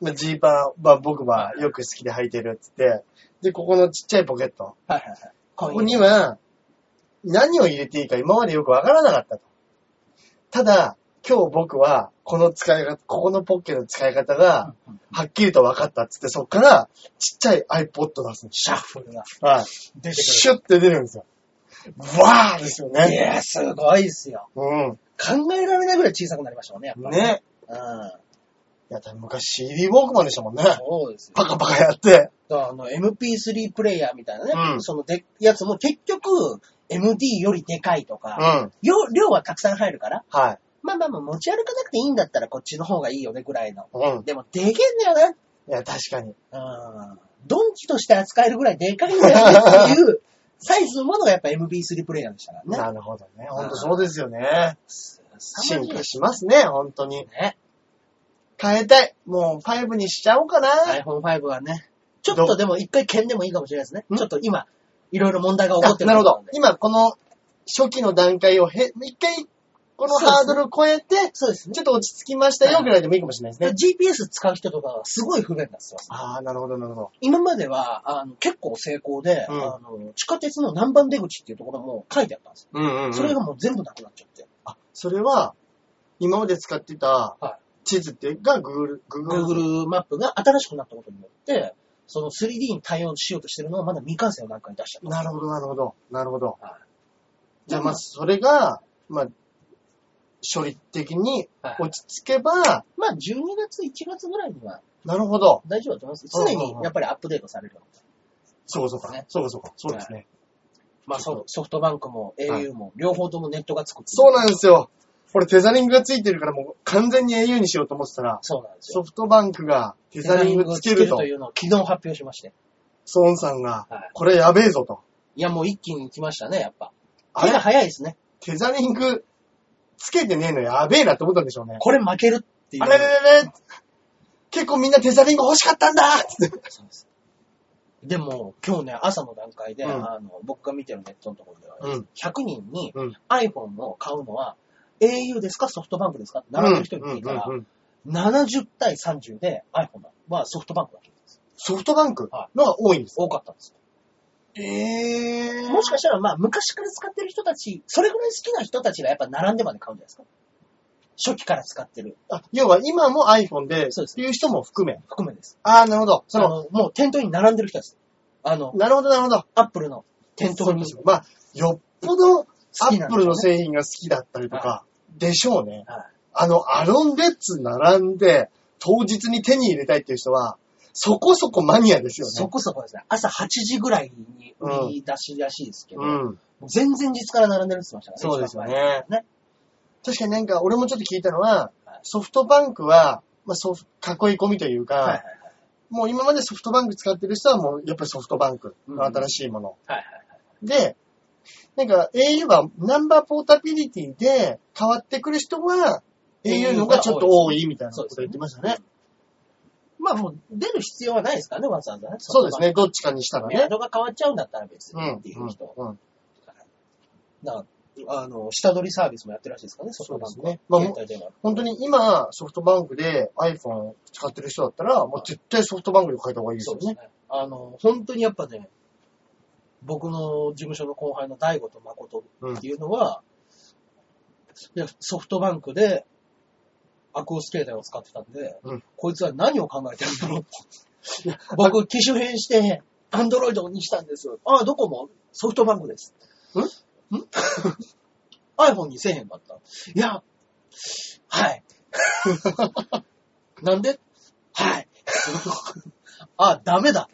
S2: まあジーパンは僕はよく好きで履いてるっつって、で、ここのちっちゃいポケット、
S1: いはいはい。
S2: ここには何を入れていいか今までよくわからなかったと。ただ、今日僕はこの使い方、ここのポッケの使い方が
S1: うんうん
S2: はっきりと分かったっつって、そっからちっちゃい iPod 出すんです
S1: シャッフルが
S2: よ。はい。
S1: 出て
S2: シュッて出るんですよ。わーですよ
S1: くる。い
S2: ね。
S1: や、すごいですよ。
S2: うん。
S1: 考えられないぐらい小さくなりましたもんね、やっぱ。
S2: ね。
S1: うん。
S2: いや、多分昔 CD ウォークマンでしたもんね。
S1: そうですよ。
S2: パカパカやって。
S1: だからあの、MP3 プレイヤーみたいなね、
S2: うん
S1: そので、やつも結局、MD よりでかいと
S2: う
S1: か、
S2: ん。
S1: 量量はたくさん入るから、
S2: はい。
S1: まあまあまあ持ち歩かなくていいんだったらこっちの方がいいよねぐらいの。
S2: うん。
S1: でも、でけえんだよな。
S2: いや、確か
S1: う
S2: に。
S1: んドンキとして扱えるぐらいでかいんだよねって
S2: (laughs)
S1: いうサイズのものがやっぱ MB3 プレイヤーでしたからね。
S2: なるほどね。ほんとそうですよね。進化
S1: し
S2: しますね、ほんとに。
S1: ね。
S2: 変えたい。もう5にしちゃおうかな。
S1: iPhone5 はね、ちょっとでも一回剣でもいいかもしれないですね。
S2: ん
S1: ちょっと今、いろいろ問題が起こ
S2: あ
S1: ってる
S2: なるほ
S1: と思う
S2: ど
S1: んで。。
S2: 今、この初期の段階をへ、一回、このハードル超えて、
S1: そうですね。
S2: ちょっと落ち着きましたよ
S1: はい
S2: ぐらいでもいいかもしれないですね。
S1: GPS 使う人とかがすごい不便なんですよ。
S2: ああ、なるほど、なるほど。
S1: 今までは、あの、結構成功で、
S2: うん
S1: あの、地下鉄の南蛮出口っていうところも書いてあったんですよ。
S2: うんう
S1: それがもう全部なくなっちゃって。
S2: あ、それは、今まで使ってた
S1: は
S2: 地図っていうか、Google、Google。
S1: Google マップが新しくなったことによって、その 3D に対応しようとしてるのはまだ未完成の段階に出しちゃった。
S2: なるほど、なるほど。なるほど。
S1: はい
S2: じゃあ、まずそれが、まあ、処理的に
S1: はい
S2: 落ち着けば、
S1: まあ、12月、1月ぐらいには
S2: なるほど。
S1: 大丈夫だと思います。
S2: うん
S1: 常にやっぱりアップデートされるので。
S2: そうかそうか
S1: ね。
S2: そうかそうか。そうですね。
S1: まあ、ソソフトバンクも
S2: はい
S1: au も両方ともネットがつくってい
S2: そうなんですよ。これテザリングがついてるからもう完全に au にしようと思ってたら、
S1: そうなんです
S2: ソ
S1: よ。
S2: フトバンクがテザリングつけると
S1: と、いうのを昨日発表しまして。
S2: ソーンさんが
S1: はい、
S2: これやべえぞと。
S1: いや、もう一気に来ましたね、やっぱ。
S2: あ
S1: 手が
S2: れ、
S1: 早いですね。
S2: テザリング、つけてねえのやべえなって思ったんでしょうね。
S1: これ負けるっていう。
S2: あれれれれ結構みんなテザリング欲しかったんだつって。
S1: そうですでも、今日ね、朝の段階で、
S2: うん
S1: あの、僕が見てるネットのところでは、
S2: うん
S1: 100人に
S2: うん
S1: iPhone を買うのは、au ですかソフトバンクですかって並んでる人に聞いたら、
S2: うんうんうんうん
S1: 70対30で iPhone はソフトバンクだけです。
S2: ソフトバンク
S1: は
S2: のが多いんです。
S1: 多かったんです
S2: ええ
S1: よ。もしかしたら、まあ、昔から使ってる人たち、それぐらい好きな人たちがやっぱ並んでまで買うんじゃないですか。初期から使ってる、
S2: あ要は今も iPhone で、
S1: そうです
S2: っていう人も含め。
S1: 含めです。
S2: ああ、なるほど。
S1: そ
S2: その、
S1: の、もう店頭に並んでる人です。あの、
S2: なるほど、なるほど。
S1: アップルの店頭に。
S2: まあ、よっぽどア
S1: きなんですね
S2: ップルの製品が好きだったりとか、でしょうね。
S1: はい
S2: あの、アロンレッツ並んで、当日に手に入れたいっていう人は、そこそこマニアですよね。
S1: そこそこですね。朝8時ぐらいに売り出しらしいですけど、
S2: うん。
S1: 前々日から並んでるって言ってましたからね。
S2: そうですよ
S1: 一番
S2: ね。
S1: ね
S2: 確かになんか、俺もちょっと聞いたのは
S1: はい、
S2: ソフトバンクは、まあ、ソフ囲い込みというか、
S1: 前。はいはい
S2: もう今までソフトバンク使ってる人はもうやっぱりソフトバンクの新しいもの。
S1: はいはい
S2: で、なんか au はナンバーポータビリティで変わってくる人は au の方がちょっと多いみたいなこと言ってましたね。
S1: まあもう出る必要はないですからね、わざわざね。
S2: そうですね。どっちかにしたら
S1: メア
S2: ね。
S1: ドが変わっちゃうんだったら別
S2: う
S1: に
S2: ん
S1: っていう人。
S2: うん。
S1: だから、あの、下取りサービスもやってるらしいですからね、ソフトバンクは。
S2: そうですねまあ
S1: 携帯電話。
S2: 本当に今、ソフトバンクで iPhone 使ってる人だったら、もう絶対ソフトバンクに変えた方がいいです
S1: そう
S2: よ
S1: ですね
S2: ね。。
S1: あの、本当にやっぱね、僕の事務所の後輩の大悟と誠っていうのは、いやソフトバンクでアクオス携帯を使ってたんで、
S2: うん
S1: こいつは何を考えてるんだろうって。僕、機種変して、アンドロイドにしたんですよ。ああ、どこもソフトバンクです。ん (laughs) ん ?iPhone にせえへんかった。いや、はい。なんではい。 (laughs) あ、ダメだ。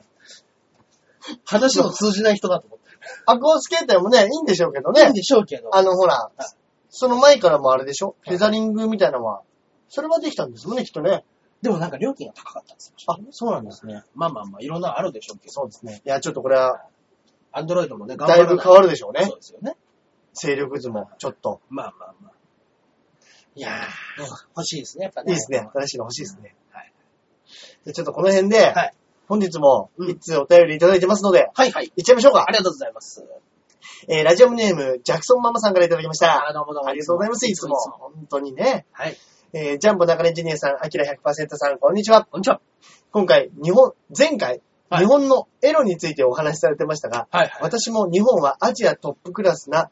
S1: 話の通じない人だと思って。
S2: アクオス携帯もね、いいんでしょうけど
S1: いい
S2: ね
S1: ん。でしょうけど。
S2: あの、ほら
S1: い、
S2: その前からもあれでしょ
S1: はい
S2: テザリングみたいなのは。それはできたんですもんね、きっとね。
S1: でもなんか料金が高かったんですよ。
S2: あ、そうなんですね。
S1: まあまあまあ、いろんなあるでしょうけど。
S2: そうですね。いや、ちょっとこれは、
S1: アンドロイドもね、
S2: だいぶ変わるでしょう
S1: ね。
S2: ね
S1: そ。うですよね。
S2: 勢力図も、ちょっと。
S1: まあまあまあ。いやー、欲しいですね、やっぱ
S2: いい
S1: ね。
S2: ですね。新しいの欲しいですね。
S1: はい。
S2: でちょっとこの辺で
S1: はい、
S2: 本日も、
S1: うん
S2: 一通お便りいただいてますので、
S1: はいはい。
S2: いっちゃいましょうか
S1: あ。りがとうございます。
S2: えーラジオネーム、ジャクソンママさんからいただきました。
S1: あどうもどうも
S2: ありがとうございます、いつも
S1: いつも。
S2: 本当にね。
S1: はい。
S2: えージャンボ中根ジュニアさん、アキラ100%さん、こんにちは。
S1: こんにちは。
S2: 今回、日本、前回、
S1: はい
S2: 日本のエロについてお話しされてましたが、
S1: はいはい。
S2: 私も日本はアジアトップクラスな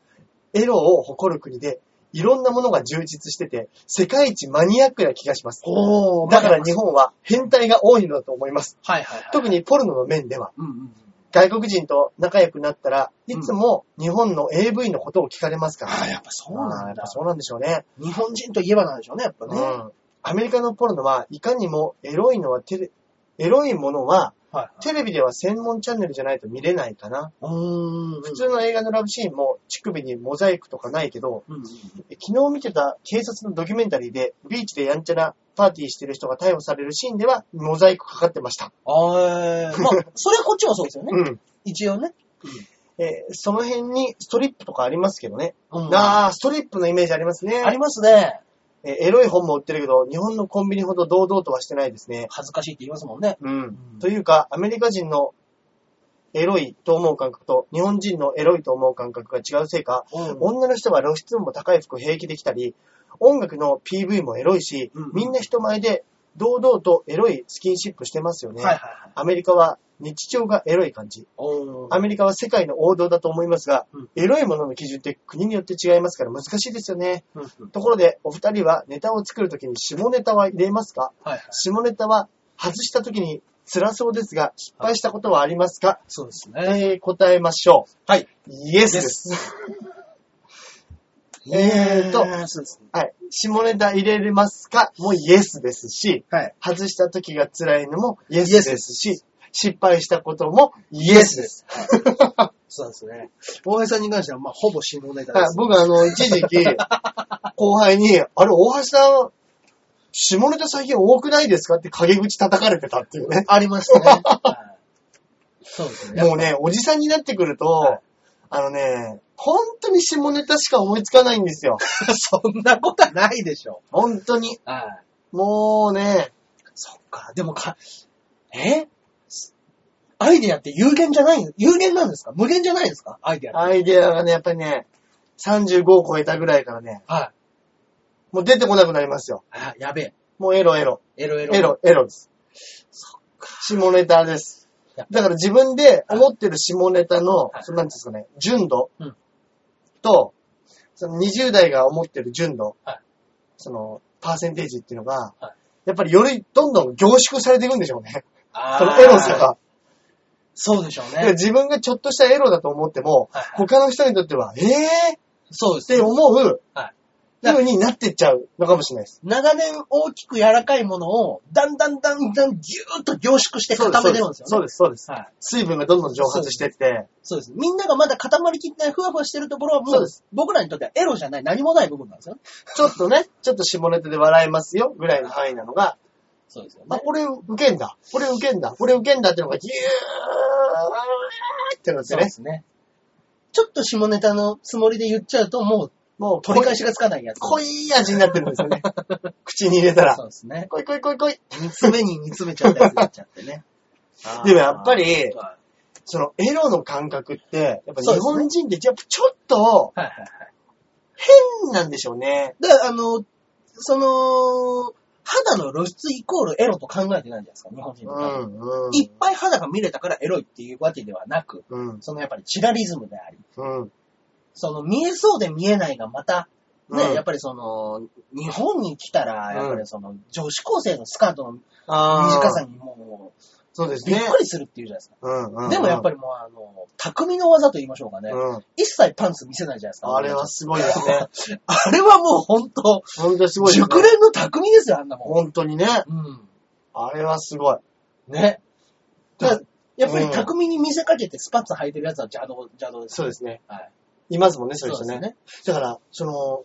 S2: エロを誇る国で、いろんなものが充実してて、世界一マニアックな気がします。
S1: お
S2: だから日本は変態が多いのだと思います。
S1: はいはいはい。
S2: 特にポルノの面では。
S1: うんうんうん。
S2: 外国人と仲良くなったらいつも日本の AV のことを聞かれますから。
S1: ああ、やっぱそう
S2: あー
S1: な
S2: や
S1: ん
S2: っ
S1: だ
S2: ぱ。そうなんでしょうね。
S1: 日本人といえばなんでしょうね、やっぱね。はい
S2: うん。アメリカのポルノはいかにもエロいのはテレ、エロいものは
S1: はい。
S2: テレビでは専門チャンネルじゃないと見れないかな。
S1: うーん。
S2: 普通の映画のラブシーンも乳首にモザイクとかないけど、
S1: うんうん。
S2: 昨日見てた警察のドキュメンタリーでビーチでやんちゃなパーティーしてる人が逮捕されるシーンではモザイクかかってました。
S1: あーまあ、それはこっちもそうですよね。
S2: うん。
S1: 一応ね。
S2: えーその辺にストリップとかありますけどね。
S1: うん
S2: ああ、ストリップのイメージありますね。
S1: ありますね。
S2: えーエロい本も売ってるけど、日本のコンビニほど堂々とはしてないですね。
S1: 恥ずかしいって言いますもんね。
S2: うん。
S1: ん
S2: というか、アメリカ人のエロいと思う感覚と、日本人のエロいと思う感覚が違うせいか、
S1: うん
S2: 女の人は露出度も高い服平気できたり、音楽の PV もエロいし
S1: うん、
S2: みんな人前で堂々とエロいスキンシップしてますよね。
S1: はいはいはい。
S2: アメリカは日常がエロい感じ。
S1: お
S2: アメリカは世界の王道だと思いますが、
S1: うん
S2: エロいものの基準って国によって違いますから難しいですよね。
S1: うんうん
S2: ところで、お二人はネタを作るときに下ネタは入れますか
S1: はいはい。
S2: 下ネタは外したときに辛そうですが、失敗したことはありますか、
S1: そうです
S2: え
S1: ね。
S2: ー答えましょう。
S1: はい。
S2: イエスです。えーと
S1: そうですね。
S2: はい。下ネタ入れますかもうイエスですし、
S1: はい。
S2: 外したときが辛いのもイエスですし、失敗したこともイエスです。
S1: そうですね。大橋さんに関しては、まあ、ほぼ下ネタ
S2: は
S1: で
S2: い
S1: す。
S2: 僕あの、一時期、後輩に、あれ、大橋さん、下ネタ最近多くないですかって陰口叩かれてたっていうね。
S1: ありました (laughs) ね。はいそうですね。
S2: もうね、おじさんになってくると、
S1: はい
S2: あのね、本当に下ネタしか思いつかないんですよ。
S1: そんなことはないでしょ。
S2: 本当に。
S1: はい。
S2: もうね、
S1: そっか。でもか、えアイデアって有限じゃない有限なんですか無限じゃないですかアイデア。
S2: アイデアがね、やっぱりね、35を超えたぐらいからね、
S1: は
S2: もう出てこなくなりますよ。
S1: い。あ、やべえ。
S2: もうエロエロ。
S1: エロエロ。
S2: エ。ロ、エロです。下ネタです
S1: やっ。
S2: だから自分で思ってる下ネタの、
S1: はい
S2: そのなんていうんですかね、純度
S1: うん
S2: と、その20代が思ってる純度、
S1: はい
S2: その、パーセンテージっていうのが、
S1: はい
S2: やっぱりよりどんどん凝縮されていくんでしょうね。
S1: あー
S2: そのエロさが。
S1: そうでしょう
S2: だから
S1: ね。
S2: 自分がちょっとしたエロだと思っても、
S1: はい
S2: 他の人にとっては、えぇ、ー、っ
S1: そうです
S2: て
S1: ね。
S2: 思う、
S1: は
S2: 風になってっちゃうのかもしれないです。
S1: 長年大きく柔らかいものを、だんだんだんだんぎゅーっと凝縮して固めてるんですよね。
S2: そうです、そうです。
S1: はい。
S2: 水分がどんどん蒸発してって、
S1: そうです。みんながまだ固まりきってない、ふわふわしてるところはも
S2: そう
S1: う
S2: で、
S1: 僕らにとってはエロじゃない、何もない部分なんですよ。
S2: ちょっとね、ちょっと下ネタで笑えますよ、ぐらいの範囲なのが、
S1: そうですよ
S2: あ、これ受けんだ、これ受けんだ、これ受けんだってのがギューってなって
S1: そうで
S2: ね。
S1: すね。ちょっと下ネタのつもりで言っちゃうと、もう
S2: もう
S1: 取り
S2: 取
S1: 返
S2: り返
S1: し
S2: し、
S1: がつかないやつ。
S2: 濃い味になってるんです
S1: (laughs)
S2: よね。口に入れたら
S1: そ。うですね。
S2: 濃い濃い濃い濃い。
S1: 煮詰めに煮詰めちゃったやつになっちゃってね。あー
S2: (laughs) でもやっぱり
S1: は
S2: そのエロの感覚って、やっぱ
S1: そうです
S2: 日
S1: ね
S2: 本人ってやっぱちょっと
S1: いはいはい。
S2: 変なんでしょうね。
S1: だから、あの、その、肌の露出イコールエロと考えてないんじゃないですか、日本人
S2: う
S1: は多分
S2: ん、うん。
S1: いっぱい肌が見れたからエロいっていうわけではなく、
S2: うん、
S1: そのやっぱりチラリズムであり、
S2: うん。
S1: その見えそうで見えないがまた、ね、
S2: うん
S1: やっぱりその、日本に来たら、やっぱりその、女子高生のスカートの
S2: あー
S1: 短さにも
S2: そうです
S1: う、びっ
S2: ね。
S1: くりするっていうじゃないですか。
S2: うん、うん。
S1: でもやっぱ
S2: り
S1: りもう、あの、匠の技と言いましょうかね、
S2: うん。
S1: 一切パンツ見せないじゃないですか。
S2: あれはすごいです
S1: (laughs)
S2: ね。
S1: あれはもう本当、
S2: 本当にすごいですね。
S1: 熟練の匠ですよ、あんなもん。
S2: 本当にね。
S1: うん。
S2: あれはすごい。
S1: ね。だからやっぱ
S2: う
S1: り
S2: ん
S1: 匠に見せかけてスパッツ履いてるやつは邪道、邪道です。
S2: そうですね。
S1: はい。
S2: いますもんね、そういう人ね。。だから、その、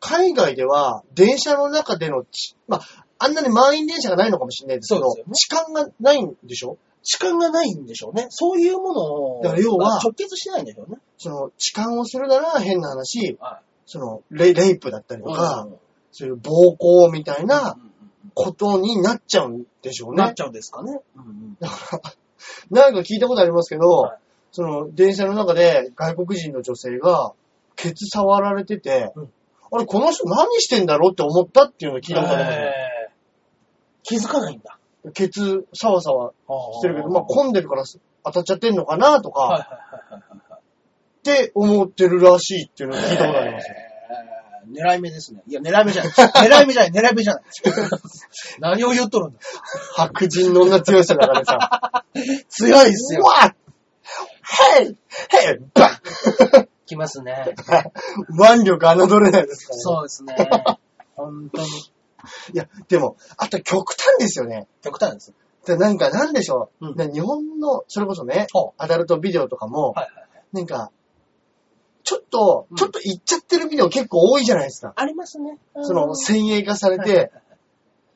S2: 海外では、電車の中でのち、まあ、あんなに満員電車がないのかもしれないですけど、
S1: そうですよね
S2: 痴漢がないんでしょ
S1: 痴漢がないんでしょうね。そういうものを、
S2: だから要は
S1: 直結しないんでしょうね。
S2: その、痴漢をするなら変な話、
S1: は
S2: そのレ、レイプだったり
S1: い
S2: とか、
S1: うん
S2: そういう暴行みたいな
S1: うんうん
S2: ことになっちゃうんでしょ
S1: う
S2: うん
S1: なっ
S2: ね。
S1: ちゃうんですかね。うんうん
S2: だから、なんか聞いたことありますけど、
S1: はい
S2: その、電車の中で外国人の女性が、ケツ触られてて、
S1: うん
S2: あれ、この人何してんだろうって思ったっていうのを聞いたことありますよ
S1: へー気づかないんだ。
S2: ケツ、サワサワし
S1: して
S2: るけど、まあ、混んでるから当たっちゃってんのかなと
S1: はい
S2: か、
S1: はいはいはいはい。
S2: って思ってるらしいっていうのを聞いたことありますよ。
S1: えー狙い目ですね。いや、狙い目じゃない。狙い目じゃない、狙い目 (laughs) じゃない。何を言っとるんだ。
S2: 白人の女強さだからさ、
S1: 強いっす
S2: う
S1: よ。
S2: わっヘイヘイバッ
S1: きますね。
S2: 腕力侮れないですからね。
S1: そうですね。本当に。
S2: いや、でも、あと極端ですよね。
S1: 極端です。
S2: でなんか、なんでしょう
S1: うん。
S2: な日本の、それこそね
S1: ほ、
S2: アダルトビデオとかも、
S1: はいはい。
S2: なんか、ちょっと
S1: う、ん
S2: ちょっと行っちゃってるビデオ結構多いじゃないですか。
S1: ありますね。
S2: その、先鋭化され
S1: はいはい
S2: て、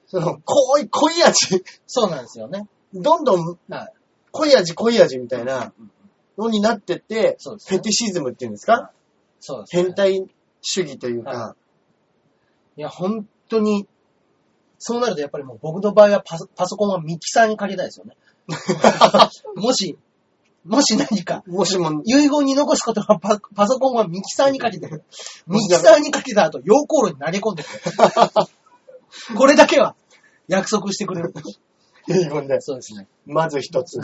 S2: その、濃い、濃い味、 (laughs)
S1: そうなんですよね。
S2: どんどん
S1: はい。
S2: 濃い味、濃い味みたいな
S1: うんうんうん。
S2: のになってって、
S1: そうです
S2: フ
S1: ね
S2: ェティシズムっていうんですか
S1: そうですね。
S2: 変態主義というか
S1: は、いや、本当に、そうなるとやっぱりもう僕の場合はパソパソコンはミキサーにかけたいです (laughs) よね。もし、もし何か、
S2: もしも、
S1: 遺言に残すことはパパソコンはミキサーにか (laughs) けて、ミキサーにかけた後、溶鉱炉に投げ込んでく (laughs) れこれだけは約束してくれる。
S2: 英語で、
S1: そうですね。
S2: まず一つ、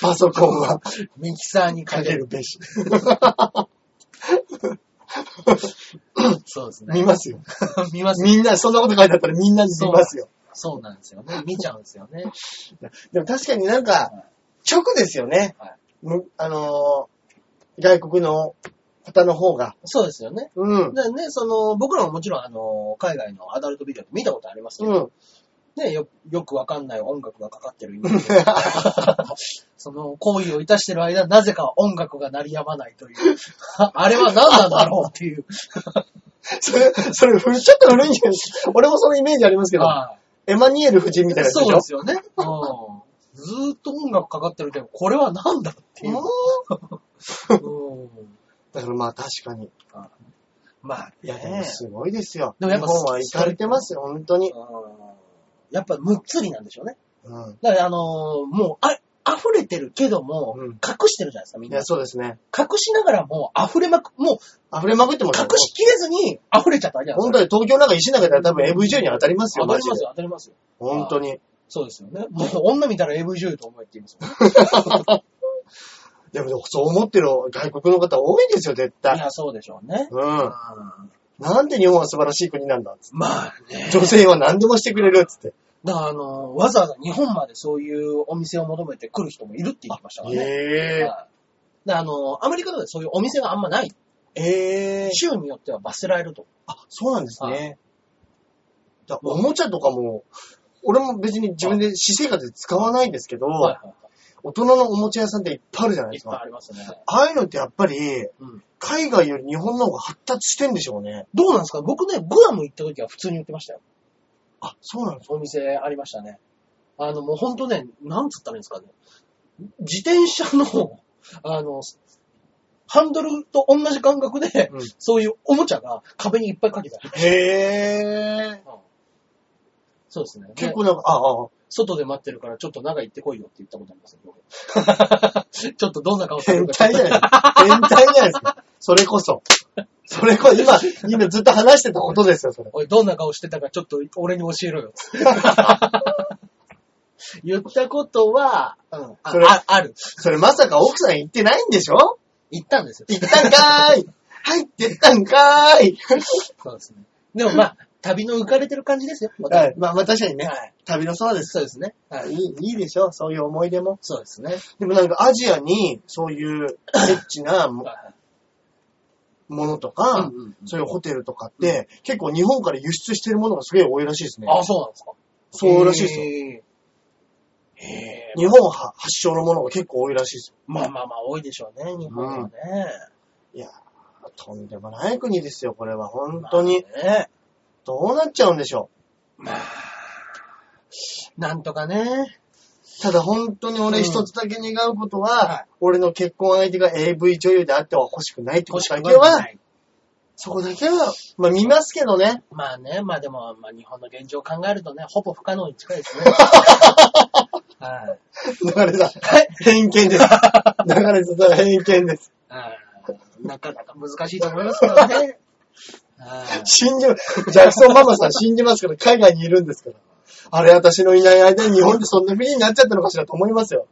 S2: パソコンは
S1: ミキサーにか
S2: か
S1: け
S2: け
S1: る。
S2: るべし。
S1: そうですね。
S2: 見ますよ。
S1: 見ます
S2: みんな、そんなこと書いてあったらみんなに見ますよ。
S1: そうなんですよね。見ちゃうんですよね。
S2: でも確かになんか、直ですよね
S1: はい。
S2: むあのー、外国の方の方が。
S1: そうですよね。
S2: うん。
S1: だからね、その、僕らももちろん、あの、海外のアダルトビデオって見たことありますけ
S2: う
S1: ど、
S2: ん。 (laughs)
S1: ね、よ、よくわかんない音楽がかかってるイ
S2: (laughs)
S1: メージその、行為をいたしてる間、なぜか音楽が鳴りやまないという。あれは何なんだろうっていう。
S2: それ、それ、ちょっと古いんじゃない俺もそのイメージありますけど、
S1: は
S2: エマニュエル夫人み
S1: い
S2: たいなやつでし
S1: そう
S2: ょ
S1: ですよね。うんずーっと音楽かかってるけど、これは何だっていう。
S2: う
S1: うんん
S2: だからまあ確かに。
S1: まあ、
S2: いや、でもすごいですよ。
S1: でもやっぱ
S2: 日本は行かれてますよ、本当に。
S1: やっぱむっつりなんでしょうね。
S2: うん。
S1: だから、あのーもう、あ、溢れてるけども、
S2: うん
S1: 隠してるじゃないですか、み
S2: い
S1: んな
S2: や、。そうですね。
S1: 隠しながらもう溢れまく、もう
S2: 溢れまくってますよ
S1: 隠しきれずに溢れちゃったわけなんです
S2: 本
S1: よ。
S2: 当に東京なんか石なんかで多分 AV 女優に当たりますよ、
S1: 当たりま
S2: マジ
S1: す
S2: で
S1: よ、当たりますよ。
S2: 本当に。
S1: そうですよね。もう女見たら AV 女優と思えって言いますよ。
S2: でも、そう思ってる外国の方多いですよ、絶
S1: い
S2: 対。
S1: や、そうでしょうね。
S2: うん。なんて日本は素晴らしい国なんだ。
S1: まあね。
S2: 女性は何でもしてくれるっつって。
S1: だから、あのーわざわざ日本までそういうお店を求めて来る人もいるって言ってましたからね。
S2: え
S1: はいであのーアメリカではそういうお店があんまない。
S2: え。ええ。
S1: 州によっては罰せられると。
S2: あ、そうなんですね。だおもちゃとかも、俺も別に自分で私生活で使わないんですけど、
S1: はいはいは
S2: 大人のおもちゃ屋さんっていっぱいあるじゃない
S1: い。い
S2: で
S1: っ
S2: す
S1: ぱい
S2: か。
S1: ありますね。
S2: ああいうのってやっぱり、
S1: うん
S2: 海外より日本の方が発達してんでしょうね。
S1: どうなんですか僕ね、グアム行った時は普通に売ってましたよ。
S2: あ、そうなんです
S1: お店ありましたね。あの、もうほんとね、なんつったらいいんですかね。自転車の、 (laughs) あの、ハンドルと同じ感覚で、
S2: うん
S1: そういうおもちゃが壁にいっぱいかけてある。
S2: か。へえ。
S1: そうですね。
S2: 結
S1: で
S2: 構なんか、ああ、
S1: 外で待ってるから、ちょっと中行ってこいよって言ったことありますね。
S2: (laughs)
S1: 僕ちょっとどんな顔して
S2: 変
S1: るか。
S2: 態じゃないですか。変態じゃないですか。それこそ。それこそ、今、今ずっと話してたことですよ、それ。
S1: おい、どんな顔してたかちょっと俺に教え
S2: (laughs)
S1: ろよ。言ったことは、うん、あ
S2: それ
S1: あある。
S2: それまさか奥さん行ってないんでしょ
S1: 言ったんですよ。
S2: 行ったんかーい入ってったんかーい
S1: そうですね。でもまあ、旅の浮かれてる感じですよ。
S2: は
S1: 私
S2: い。まあまあ確かにね、
S1: はい
S2: 旅の空です。
S1: そうですね。はいい。
S2: い、いいでしょそういう思い出も。
S1: そうですね。
S2: でもなんかアジアに、そういうエッチなも
S1: はい
S2: ものとか、
S1: うんうんうん
S2: そういうホテルとかって、結構日本から輸出してるものがすげえ多いらしいですね。
S1: あ、そうなんですか。
S2: そうらしいですよ。
S1: よ。へー
S2: 日本は発祥のものが結構多いらしいですよ。
S1: まあまあまあ、多いでしょうね、日本はね。
S2: いやー、とんでもない国ですよ、これは。本当に。
S1: まあね。
S2: どうなっちゃうんでしょ
S1: なんとかね。
S2: う。ただ本当に
S1: う
S2: 俺
S1: ん
S2: 一つだけ願うことは、
S1: はい
S2: 俺の結婚相手が AV 女優であっては欲しくないってこ
S1: 欲し
S2: とだ
S1: く
S2: けは、
S1: ない
S2: そこだけは、まあ見ますけどね。
S1: まあね、まあでも、まあ日本の現状を考えるとね、ほぼ不可能に近いです
S2: (laughs)
S1: ね。はい。
S2: 流れだ。偏見です。 (laughs) 流れだ、それは偏見です。
S1: あーなかなか難しいと思いますけどね。あー
S2: 信じる、ジャクソンママさん信じますから、海外にいるんですから。あれ、私のいない間に日本でそんな国になっちゃったのかしらと思いますよ。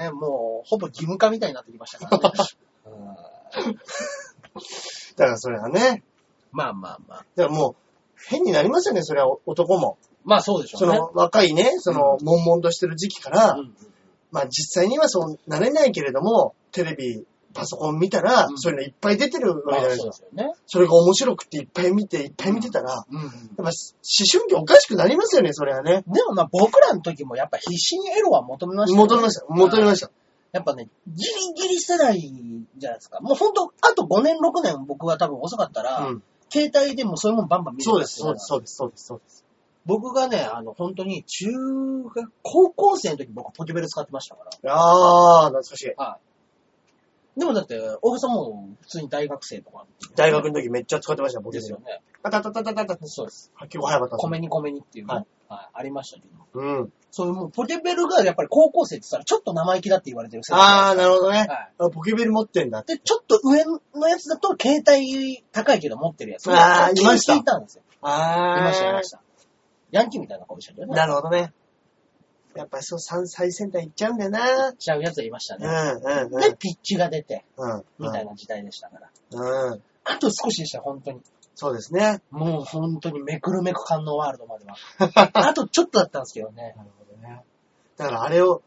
S1: ね、もう、ほぼ義務化みたいになってきましたからね。
S2: (laughs)
S1: うん
S2: だからそれはね、
S1: まあまあまあ。
S2: だからもう、変になりますよね、それは男も。
S1: まあそうでしょ
S2: そう
S1: ね。
S2: の若いね、その、悶々としてる時期から、
S1: うんうん
S2: まあ実際にはそうなれないけれども、テレビ、パソコン見たら
S1: う、ん
S2: そういうのいっぱい出てるわ
S1: ま
S2: けじゃ
S1: あ
S2: ないです
S1: そうで。
S2: か
S1: すよね。
S2: それが面白くていっぱい見て、いっぱい見てたら、
S1: うんうん
S2: やっぱ思春期おかしくなりますよね、それはね。
S1: でもまあ僕らの時もやっぱ必死にエロは求めました、ね。
S2: 戻りました。戻りました。
S1: やっぱね、ギリギリ世代じゃないですか。もうほんと、あと5年、6年僕は多分遅かったら、
S2: うん
S1: 携帯でもそういうもんバンバン見れた
S2: そうです、そうで
S1: う
S2: す、そうです、そうです、そうです。
S1: 僕がね、あの、本当に中学、高校生の時僕ポケベル使ってましたから。
S2: あー、懐かしい。
S1: でもだって、大橋さんも普通に大学生とか
S2: 大学の時めっちゃ使ってました、僕
S1: ですよ。ね。
S2: あたたたたたた。
S1: そうです。
S2: はっきり早かったです。
S1: 米に米にっていうね、
S2: はい
S1: はいありましたけど。
S2: うん。
S1: そういうもうポケベルがやっぱり高校生って言ったらちょっと生意気だって言われてる世代
S2: あー、なるほどね。
S1: は
S2: あポケベル持ってんだ。
S1: い。で、ちょっと上のやつだと携帯高いけど持ってるやつ。
S2: あーいました
S1: 聞いたんですよ。
S2: あ
S1: い
S2: ー。
S1: ました、いました。ヤンキーみたいな顔してるよね。
S2: なるほどね。やっぱりそう、三最先端行っちゃうんだよな。
S1: ちゃうやつがいました
S2: う
S1: ね。
S2: ん、うん、うん。
S1: で、ピッチが出て、
S2: うん、
S1: みたいな時代でしたから。
S2: うん。うん。
S1: あと少しでした、本当に。
S2: そうですね。
S1: もう本当にめくるめく感能ワールドまで
S2: (laughs)
S1: は。あとちょっとだったんですけどね。
S2: なるほどね。だからあれを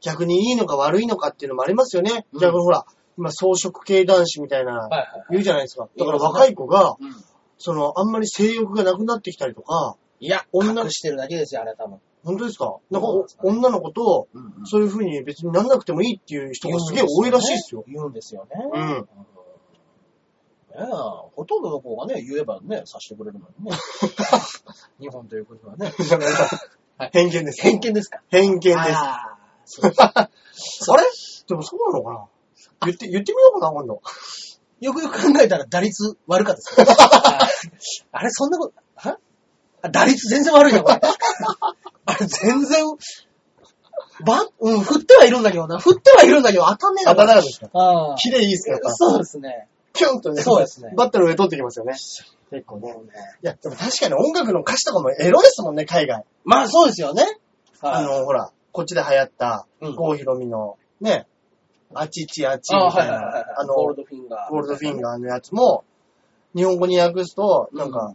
S2: 逆にいいのか悪いのかっていうのもありますよね。
S1: うん
S2: 逆にほら、今装飾系男子みたいな、
S1: はいはい。
S2: 言うじゃないですか。だか
S1: 言いま
S2: ら
S1: すね
S2: 若い子が、
S1: うん、
S2: その、あんまり性欲がなくなってきたりとか、
S1: いや、
S2: 女
S1: 隠してるだけですよ、あれは多分。
S2: 本当ですかなんか
S1: そうなん
S2: お
S1: ですか
S2: 女の子と、
S1: うんうん
S2: そういう風に別になんなくてもいいっていう人がすげえ多いらしいですよ。
S1: 言うんですよね。
S2: う
S1: うんんねえ、ほとんどの子がね、言えばね、さしてくれるの (laughs) にね。日本という国はね。はい
S2: (laughs) 偏見です。
S1: 偏見ですか
S2: 偏見です。
S1: ああ、そう (laughs)
S2: あれでもそうなのかな言って、言ってみようかな、今度。
S1: よくよく考えたら打率悪かったです。ああれ、そんなこと、はあ打率全然悪いな、こ (laughs) れ。あれ、全然、ば、うん、振ってはいるんだけどな。振ってはいるんだけど、当たんねえな。
S2: 当たらなかったですか
S1: ああ。
S2: 綺麗いいっすよ、やっぱ。
S1: そうですね。
S2: ピョンとね、
S1: そうですね
S2: バットの上取ってきますよね。結構ね。いや、でも確かに音楽の歌詞とかもエロいですもんね、海外。
S1: まあ、そうですよね。は
S2: あ
S1: い
S2: の、ほら、こっちで流行った
S1: うん、
S2: 郷ひろみの、ね、あちちあち
S1: あ
S2: み
S1: は
S2: た
S1: い
S2: い
S1: はいはいはい
S2: な、あの、
S1: ゴール
S2: ゴ
S1: ドフィンガー。
S2: ールドフィンガーのやつも、日本語に訳すと、なん
S1: う
S2: か、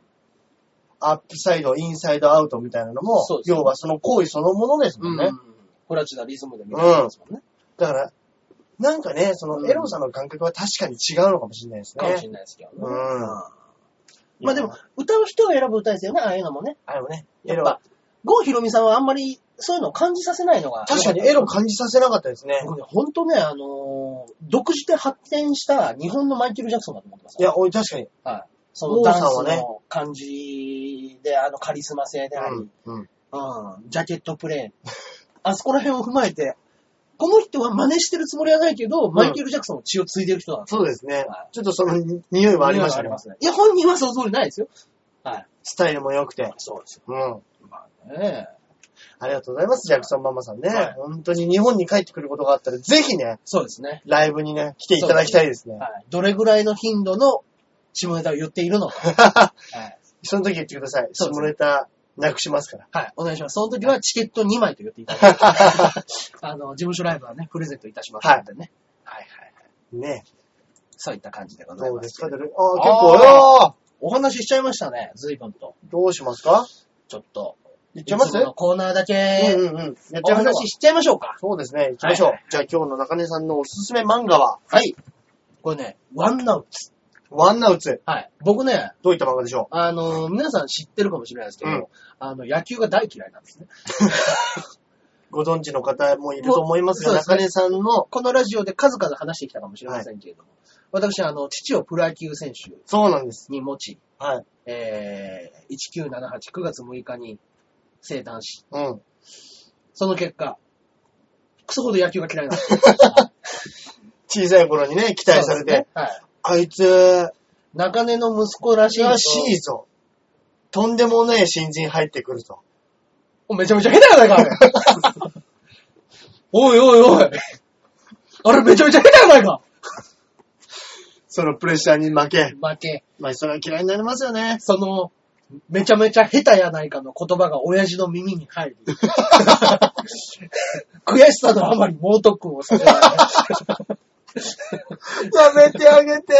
S2: アップサイド、インサイド、アウトみたいなのも
S1: そうで、すね
S2: 要はその行為そのものですもんね
S1: う。ん。フラチなリズムで見たいですもんね。
S2: だから、なんかね、そ
S1: うん
S2: のエロさの感覚は確かに違うのかもしれないですね。
S1: かもしれないですけどね。
S2: うん
S1: まあでも、歌う人が選ぶ歌ですよね、ああいうのもね。
S2: あれもね、エ
S1: や
S2: ロ
S1: っぱ、郷ひろみさんはあんまりそういうのを感じさせないのが。
S2: 確かにエロ感じさせなかったですね。
S1: 僕ね、ほんとね、あのー独自で発展した日本のマイケル・ジャクソンだと思ってます。
S2: いや、おい、確かに。
S1: はい。その
S2: 郷
S1: ダ
S2: さ
S1: ン
S2: んは
S1: ス
S2: ね
S1: の感じで、あのカリスマ性であり、うん、
S2: うん。うん。
S1: ジャケットプレイ。あそこら辺を踏まえて、この人は真似してるつもりはないけど、マイケル・ジャクソンの血を継いでる人なんですよ
S2: そうですね
S1: は。
S2: ちょっとそのに匂いはありました
S1: 匂い
S2: ね
S1: はあり。ますね。いや、本人はその通りないですよ。はい。
S2: スタイルも良くて。
S1: そうですよ。
S2: うん。
S1: まあね。
S2: ありがとうございます、ジャクソンママさんね
S1: はい。
S2: 本当に日本に帰ってくることがあったら、ぜひね、
S1: そうですね。
S2: ライブにね、来ていただきたいですね。
S1: はい。どれぐらいの頻度の下ネタを言っているのか。はい。
S2: (laughs) その時言ってください。
S1: そうですね
S2: 下ネタなくしますから。
S1: はい。お願いします。その時はチケット2枚と言っていただい (laughs) て。あの、事務所ライブはね、プレゼントいたしますのでね。はい、はい、はい。
S2: ね。
S1: そういった感じでござい
S2: どう
S1: ま
S2: ですす
S1: け
S2: か
S1: ど。
S2: ドルあー、結構、あ
S1: お話ししちゃいましたね。随分と。
S2: ーどうしますか
S1: ちょっと。
S2: いっちゃいます
S1: いつものコーナーだ
S2: うん
S1: け、
S2: うんうん。やっ
S1: お
S2: ちゃいましょう
S1: 話ししちゃいましょうか。
S2: そうですね、行きましょう。
S1: はいはい
S2: じゃあ今日の中根さんのおすすめ漫画は、
S1: はい。これね、ワンナウツ。
S2: ワンナウツ。
S1: はい。僕ね、
S2: どういった漫画でしょ
S1: あの、皆さん知ってるかもしれないですけど、
S2: うん
S1: あの、野球が大嫌いなんですね。
S2: うご存知の方もいると思いますが、
S1: そうですね
S2: 中根さんの、
S1: このラジオで数々話してきたかもしれませんけれども、私、あの、父をプロ野球選手
S2: そうなんです。
S1: に持ち、
S2: はい。
S1: えー、1978、9月6日に生誕し、
S2: うん。
S1: その結果、クソほど野球が嫌いなんです。
S2: 小さい頃に (laughs) ね、期待さ
S1: そうで
S2: れて、
S1: すねはい。
S2: あいつ、
S1: 中根の息子らしいと
S2: らしいぞ。とんでもねえ新人入ってくると。
S1: おめちゃめちゃ下手やないか、あれおいおいおい。あれめちゃめちゃ下手やないか。
S2: そのプレッシャーに負
S1: 負
S2: け。
S1: け。
S2: まあ、それは嫌いになりますよね。
S1: その、めちゃめちゃ下手やないかの言葉が親父の耳に入り、 (laughs) 悔しさのあまり猛特訓をさせられ、
S2: やめてあげて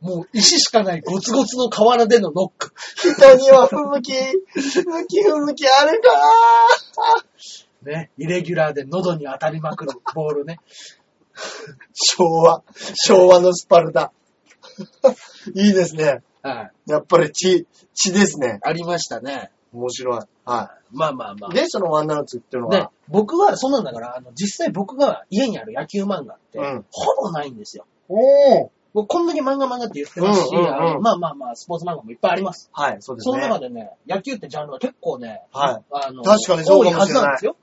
S1: もう石しかないゴツゴツの河原でのノック。
S2: 人には不向き、不向き不向きあるか
S1: ね。イレギュラーで喉に当たりまくるボールね。
S2: 昭和、昭和のスパルタ。いいですね。
S1: はい。
S2: やっぱり血、血ですね。
S1: ありましたね。
S2: 面白い。は
S1: まあまあまあ。
S2: で、そのワンナウツっていうの
S1: で
S2: は、、
S1: 僕は、そんなんだから、あの、実際僕が家にある野球漫画って、
S2: うん
S1: ほぼないんですよ。
S2: おー
S1: 僕、こんだけ漫画漫画って言ってますし、
S2: うんうんうん
S1: あのまあまあまあ、スポーツ漫画もいっぱいあります。
S2: はい、そうです
S1: その中で
S2: ね。
S1: ね、野球ってジャンルは結構ね、
S2: はい
S1: あの、
S2: 確かにそうかもしれない
S1: 多はずなんですよ。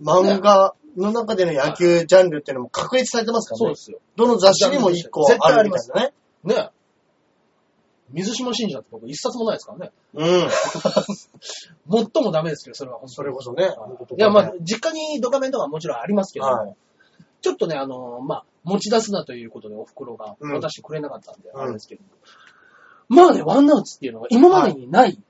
S2: 漫画の中での野球ジャンルっていうのも確立されてますか
S1: そう
S2: ら
S1: で
S2: ね。
S1: すよ。
S2: どの雑誌にも1個
S1: 絶対
S2: あ
S1: あ
S2: る
S1: り
S2: み
S1: ま
S2: たい
S1: す
S2: なね。
S1: ね。水島信者って僕一冊もないですからね。
S2: うん。
S1: 最もダメですけど、それは本当に
S2: それこそね。
S1: いや、まあ、実家にドカメンとかもちろんありますけど、
S2: はい
S1: ちょっとね、あの、まあ、持ち出すなということでお袋が
S2: うん
S1: 渡してくれなかったんで、
S2: うん
S1: あれですけど、まあね、ワンナウツっていうのは今までにない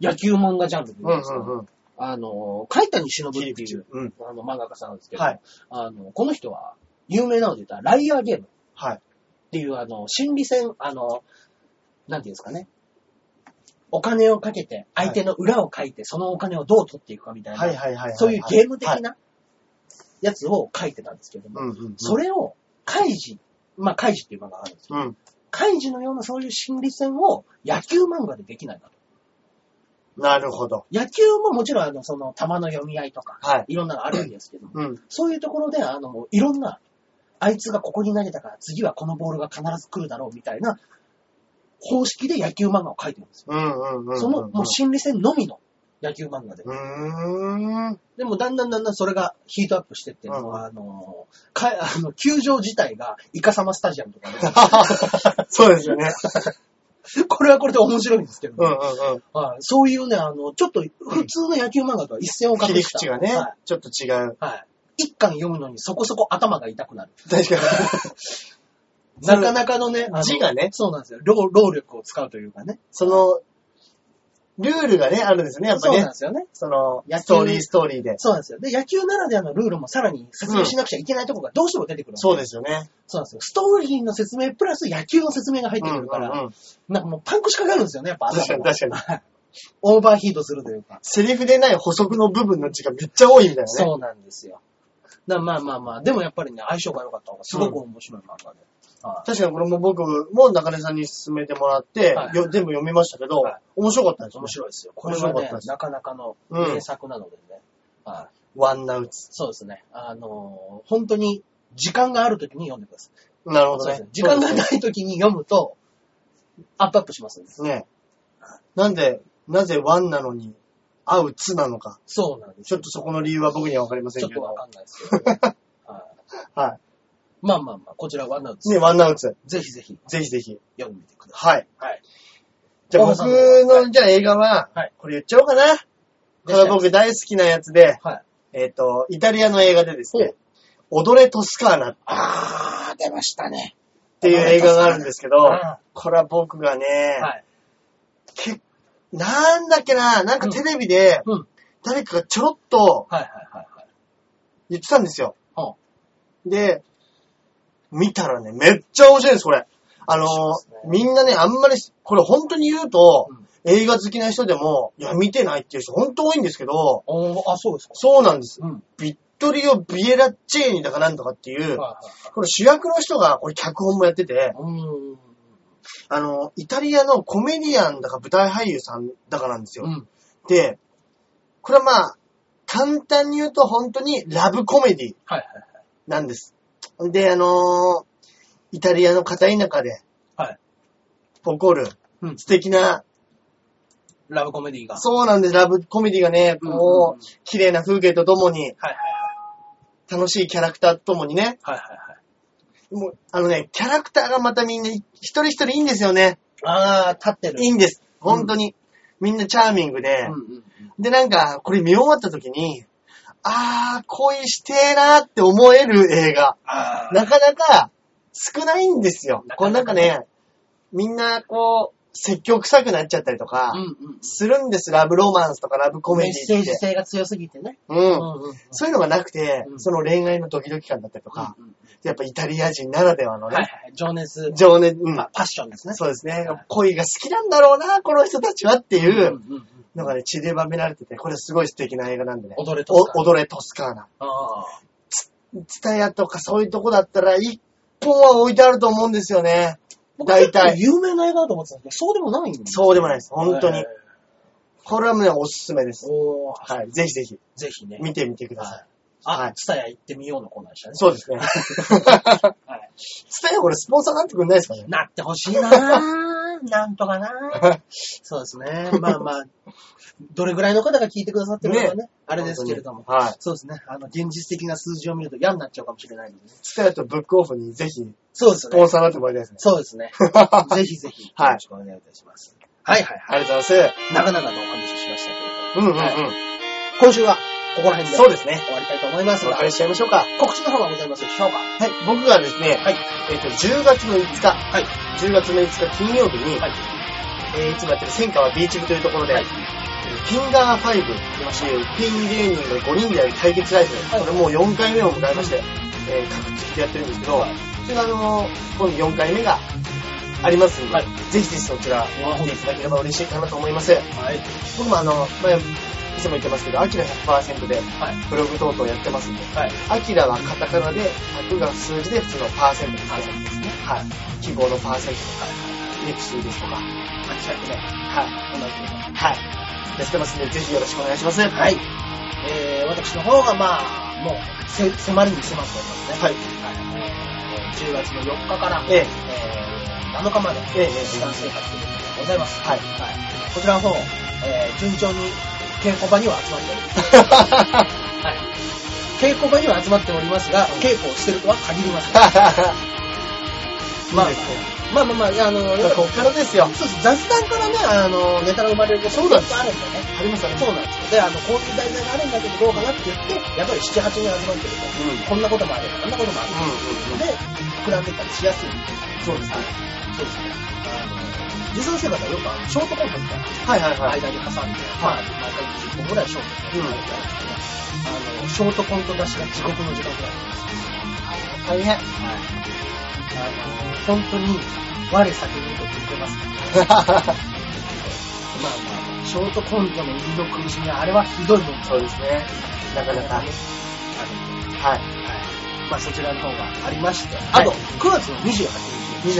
S1: 野球漫画ジャンルで
S2: う
S1: 言うんんですか、
S2: うんうん。
S1: あの、海谷忍
S2: 切り
S1: ってい
S2: 口
S1: う。
S2: うん。
S1: あの漫画家さんなんですけど、
S2: はい
S1: あの、この人は有名なので言ったら、ライアーゲームっ
S2: はい。
S1: ていう、あの、心理戦、あの、なんていうんですかね、お金をかけて、相手の裏を書いて、そのお金をどう取っていくかみたいな、
S2: はいはいはい。
S1: そういうゲーム的
S2: はい。
S1: なやつを書いてたんですけども、
S2: うんうんうん。
S1: それを、カイジ、まあ、カイジっていう漫画があるんですよ。
S2: うん。
S1: カイジのようなそういう心理戦を野球漫画でできないかと。
S2: なるほど。
S1: 野球ももちろん、あの、その、球の読み合いとか、
S2: はい。
S1: いろんなのがあるんですけども、
S2: うん。
S1: そういうところで、あの、もういろんな、あいつがここに投げたから次はこのボールが必ず来るだろうみたいな方式で野球漫画を書いてるんですよ。
S2: うんうんうんうん。
S1: その、もう心理戦のみの野球漫画で。
S2: うーん。
S1: でもだんだんだんだんそれがヒートアップしてって、
S2: うん
S1: あの、か (laughs) あの球場自体がイカサマスタジアムとか
S2: そうですよね。
S1: で、 (laughs) これはこれで面白いんですけど、
S2: うんうんうん。
S1: はいそういうね、あの、ちょっと普通の野球漫画とは一線を画
S2: 切り
S1: した
S2: 口がね
S1: は、
S2: ちょっと違う。
S1: い。はい一巻読むのにそこそこ頭が痛くなる。
S2: 確かに。
S1: なかなかのね、あの
S2: 字がね
S1: そうなんですよ労。労力を使うというかね。
S2: その、ルールがね、あるんですよね、やっぱ
S1: そうなん
S2: ね
S1: で。すよね。
S2: その
S1: 野、球
S2: ストーリーストーリーで。
S1: そうなんですよ。で、野球ならではのルールもさらに説明しなくちゃいけないところがどうしても出てくる、
S2: そうですよね。
S1: そうなんですよ。ストーリーの説明プラス野球の説明が入ってくるから、
S2: うんうんうん
S1: なんかもうパンクしかかるんですよね、やっぱ
S2: 確
S1: 頭
S2: かに
S1: が。
S2: 確かに。
S1: オーバーヒートするというか。
S2: セリフでない補足の部分の字がめっちゃ多いみたいなね。
S1: そうなんですよ。だまあまあまあ、でもやっぱりね、相性が良かった方がすごく面白い漫画で。はい
S2: 確かにこれも僕も中根さんに勧めてもらって、
S1: はい
S2: よ全部読みましたけど、
S1: はい
S2: 面白かったんですよ
S1: 面。白いですよ。こ
S2: 面
S1: れ
S2: 白
S1: は
S2: かっ
S1: ね
S2: たで、す
S1: なかなかの
S2: うん
S1: 名作なのでね。はい
S2: ワンナウツ。
S1: そうですね。あのー本当に時間があるときに読んでください。
S2: なるほ
S1: そう
S2: ど
S1: です
S2: ね
S1: ね。時間が
S2: そうで
S1: ないときに読むと、アップアップしますんで。
S2: すね。なんで、なぜワンなのに、合うツなのか。
S1: そうなんです
S2: ちょっとそこの理由は僕にはわかりませ
S1: ちょっ
S2: んけ
S1: と
S2: ど。
S1: わかんないですけどね、はい
S2: は
S1: まあまあまあ、こちらワンナウ
S2: い。
S1: ツ。
S2: ね、ワンナウツ。
S1: ぜひぜひ
S2: ぜひぜひ。
S1: 読んでみてください。
S2: はい。
S1: はい。
S2: じゃあ
S1: 岡
S2: 僕
S1: 田さんの
S2: の、じゃあ映画は、
S1: はい
S2: これ言っちゃおうかな。これは僕大好きなやつで、
S1: はい。
S2: えっ、と、イタリアの映画でです
S1: ほ
S2: ね、踊れトスカーナっ
S1: あー、出ましたね。
S2: ていう映画があるんですけど、
S1: うん
S2: これは僕がね、
S1: はい。
S2: けなんだっけな、なんかテレビで
S1: うんうん、
S2: 誰かがちょろっと
S1: はいはいはいはい。
S2: 言ってたんですよ。
S1: ほ
S2: で、見たらね、めっちゃ面白いです、これ。あのー
S1: 面白いですね
S2: みんなね、あんまり、これ本当に言うと、
S1: うん
S2: 映画好きな人でも、いや、見てないっていう人本当多いんですけど、
S1: おーあ、そうですか。
S2: そうなんです。
S1: うん。
S2: ビットリオ・ビエラ・チェーニだかなんとかっていう、
S1: は
S2: この主役の人が、これ脚本もやってて
S1: いはい。、うん。
S2: あの、イタリアのコメディアンだか舞台俳優さんだかなんですよ。
S1: うん。
S2: で、これはまあ、簡単に言うと本当にラブコメディ
S1: はいはい
S2: なんです。で、あのーイタリアの片田舎
S1: は
S2: で
S1: い。はい。
S2: 起こる
S1: うん
S2: 素敵な、
S1: ラブコメディが。
S2: そうなんです、ラブコメディがね、
S1: うんうんうん
S2: こう、綺麗な風景とともに、
S1: はいは
S2: 楽しいキャラクターとともにね、
S1: いはい。はいはいはい。
S2: もう、あのね、キャラクターがまたみんな一人一人いいんですよね。
S1: あー、立ってる。
S2: いいんです。本当に。みんなチャーミングで、
S1: うんうんうん。
S2: で、なんか、これ見終わった時に、あー、恋してーなーって思える映画。
S1: あー。
S2: なかなか少ないんですよ。
S1: な
S2: こ
S1: か
S2: れな
S1: なん
S2: か
S1: か
S2: ね、みんなこう、説教臭くなっちゃったりとか
S1: うん、うん。
S2: するんです。ラブロマンスとかラブコメ
S1: メ
S2: デ
S1: ッ
S2: ィ
S1: セ
S2: っ
S1: ージ
S2: て。
S1: 性が強すぎてね。
S2: う。
S1: うんうん。
S2: そういうのがなくて、
S1: うん
S2: その恋愛のドキドキ感だったりとか、
S1: うんうん
S2: やっぱイタリア人ならではの
S1: はいは
S2: ね、
S1: いはい。情熱、
S2: 情熱、うん
S1: パッションですね。
S2: そうですね
S1: はい。
S2: 恋が好きなんだろうな、この人たちはってい
S1: うんう
S2: う
S1: う
S2: ん
S1: ん。
S2: のがね、散りばめられてて、これすごい素敵な映画なんでね。
S1: 踊れとか。
S2: お踊れトスカーナ。
S1: あー。
S2: ツタヤとかそういうとこだったら、一本は置いてあると思うんですよね。
S1: 僕
S2: 大
S1: 結構
S2: 体。
S1: 有名な映画だと思ってたんですけど、そうでもないんですね
S2: そうでもないです。本当
S1: え
S2: に
S1: ー。
S2: これはね、おすすめです。
S1: おー、
S2: はい。ぜひぜひ、
S1: ぜひね。
S2: 見てみてください。は
S1: あ
S2: い、
S1: ツタヤ行ってみようのコーナーでしたね。
S2: そうですね。 (laughs)
S1: はい。
S2: ツタヤこれスポンサーなんてくんないですかね (laughs)
S1: なってほしいなぁ。なんとかなぁ。そうですね。まあまあ、どれぐらいの方が聞いてくださってるのかね、あれですけれども
S2: 本。当にはい。
S1: そうですね。あの、現実的な数字を見ると嫌になっちゃうかもしれないのでね。
S2: ツタヤとブックオフにぜひ、
S1: そうです
S2: スポ
S1: ね
S2: ン。サーになってもらいたいですね。
S1: そう
S2: (laughs)
S1: ですね。ぜひぜひ、
S2: はい
S1: よろしくお願いいたします。はいはいは
S2: ありがとうございま
S1: い。長々とお話ししましたけれども、
S2: す。うんうんうん。
S1: 今週はここら辺で
S2: そうですね。
S1: 終わりたいと思います
S2: お
S1: が
S2: 別、れしちゃいましょうか。
S1: 告知の方がございますでしょうか
S2: はい。僕がですね、
S1: はい。
S2: えっ、と、10月の5日、
S1: はい。
S2: 10月の5日金曜日に、
S1: はい。
S2: えーいつもやってる千川ビーチ部というところで、
S1: はい
S2: フィンガー5っていうピン芸人が5人でやる対決ライブ、
S1: はい
S2: これもう4回目を迎えまして、えー、各地でやってるんですけど、
S1: はい
S2: それがあのー今度4回目がありますんで、
S1: はい
S2: ぜひぜひそちら
S1: ー
S2: 見ていただければ嬉しいかなと思います。
S1: はい。
S2: 僕もあの、前、いつも言ってますけど、アキラ100%で
S1: はい。
S2: ブログ等々やってますんで、
S1: はい。
S2: アキラはカタカナで、100が数字で普通のパーセントですね。はい。記号のパーセントとか、ネクシーですとか、
S1: 間違ってない。
S2: は
S1: 同
S2: い。
S1: じです
S2: はい。やってますんで、ぜひよろしくお願いします。は (laughs)
S1: はい。えー、私の方がまあ、もう、せ、迫りに迫っておりますね。
S2: はい。
S1: はい。10月の4日から、
S2: ええ
S1: えー、7日まで、
S2: ええええ
S1: 時間生活ということでございます。
S2: はい
S1: はい。こちらの方、えー、順調に稽古場には集まっております。はい。稽古場には集まっておりますが、稽古をしてるとは限りません。まあ
S2: いいですね、
S1: まあまあまあいや、あの、やっぱ
S2: こっからですよ。
S1: そうそう、雑談からね、あの、ネタが生まれること
S2: そうなんです
S1: あるんだよね。
S2: ありますあります
S1: そうなんですよ。で、あの、こういう題材があるんだけど、どうかなって言って、やっぱり7、8人集まってる
S2: うん
S1: と、こんなこともあれば、こんなこともある
S2: う
S1: で、膨らん
S2: んうんうん
S1: でったりしやすい。
S2: そうですね
S1: そうですね。あの、実際生活はよくあのショートコントみたいな。
S2: はいはいはい。
S1: 間に挟んで、ま
S2: は
S1: あ、
S2: い
S1: 毎回10分ぐらいショートコントやるんですけど、あの、ショートコント出しが地獄の時間くらいなんですよ。
S2: 大変。
S1: あの、本当に、我先にと言ってますけど、まあまあ、ショートコントの言い苦しみは、あれはひどいもんです
S2: そうですね。なかなか。はい。
S1: まあ、そちらの方がありまして、
S2: は
S1: あ
S2: い
S1: と、9月の28日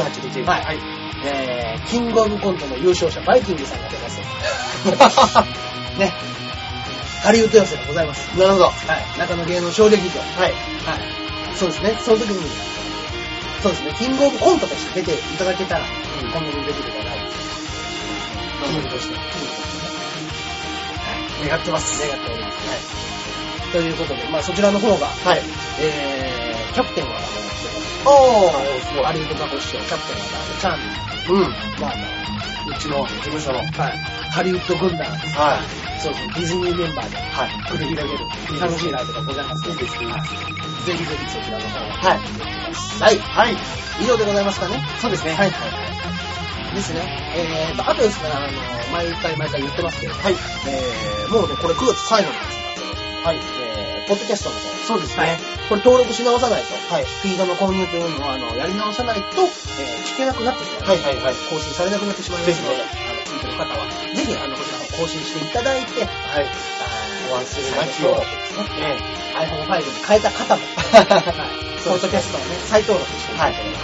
S2: 28日。
S1: はい。えー、キングオブコントの優勝者、バイキングさんが出
S2: (laughs)
S1: ます。ね。ハリウッド予選がございます。
S2: なるほど。
S1: はい。中野芸能小劇場。
S2: は
S1: は
S2: い。
S1: い。そうですね。その時に、そうですね。キングオブコントとして出ていただけたら、
S2: ん
S1: 今後に出てください。キングとして。キングとしてね。願ってます。願っております。はい。ということで、まあそちらの方が、
S2: はい。
S1: えー、キャプテンは中野してます。
S2: おー、す
S1: ハリウッドザコシショウ、キャプテンは中野チャーミー
S2: ごい。うん。
S1: まあま
S2: うちの事務所の。はい。
S1: あ、はい。ハリウッド軍団、
S2: は
S1: そうそう、ディズニーメンバーで
S2: い。
S1: 繰り広げる楽しいライブがございますので、はいぜひぜひそちらの方を
S2: はい。
S1: はい。
S2: はい。
S1: 以上でございますかね。
S2: そうですね。
S1: はい。はい。ですね。えーと、あとですね、あの、毎回毎回言ってますけど、
S2: はい。
S1: えー、もうね、これ9月最後なんですが、はい。えー、ポッドキャストの方
S2: そうです
S1: はい
S2: ね。
S1: これ登録し直さないと、
S2: はい
S1: フィードの購入というのを、あの、やり直さないと、えー、聞けなくなってしまいます。
S2: はいはいはい。
S1: 更新されなくなってしまいますので、
S2: ぜ
S1: あの、聞いてる方は、ぜひ、あの、こちらを更新していただいて、
S2: はい。お忘れなき
S1: 再登録
S2: を
S1: ですね。
S2: え
S1: iPhone5 に変えた方も、はい、ポッドキャストをね、再登録していただければ、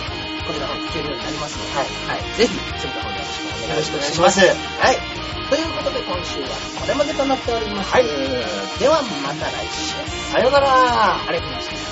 S1: こちらの方に聞けるようになりますので、は
S2: はい
S1: い、ぜひ、そちらの方よろしくお願
S2: え。よ
S1: い
S2: ろ
S1: し
S2: し
S1: ま
S2: くお願い
S1: す。
S2: します。
S1: はい。ということで、今週はこれまでとなっております。はい。では、また来週。
S2: さような
S1: あ
S2: ら
S1: りがとうございました。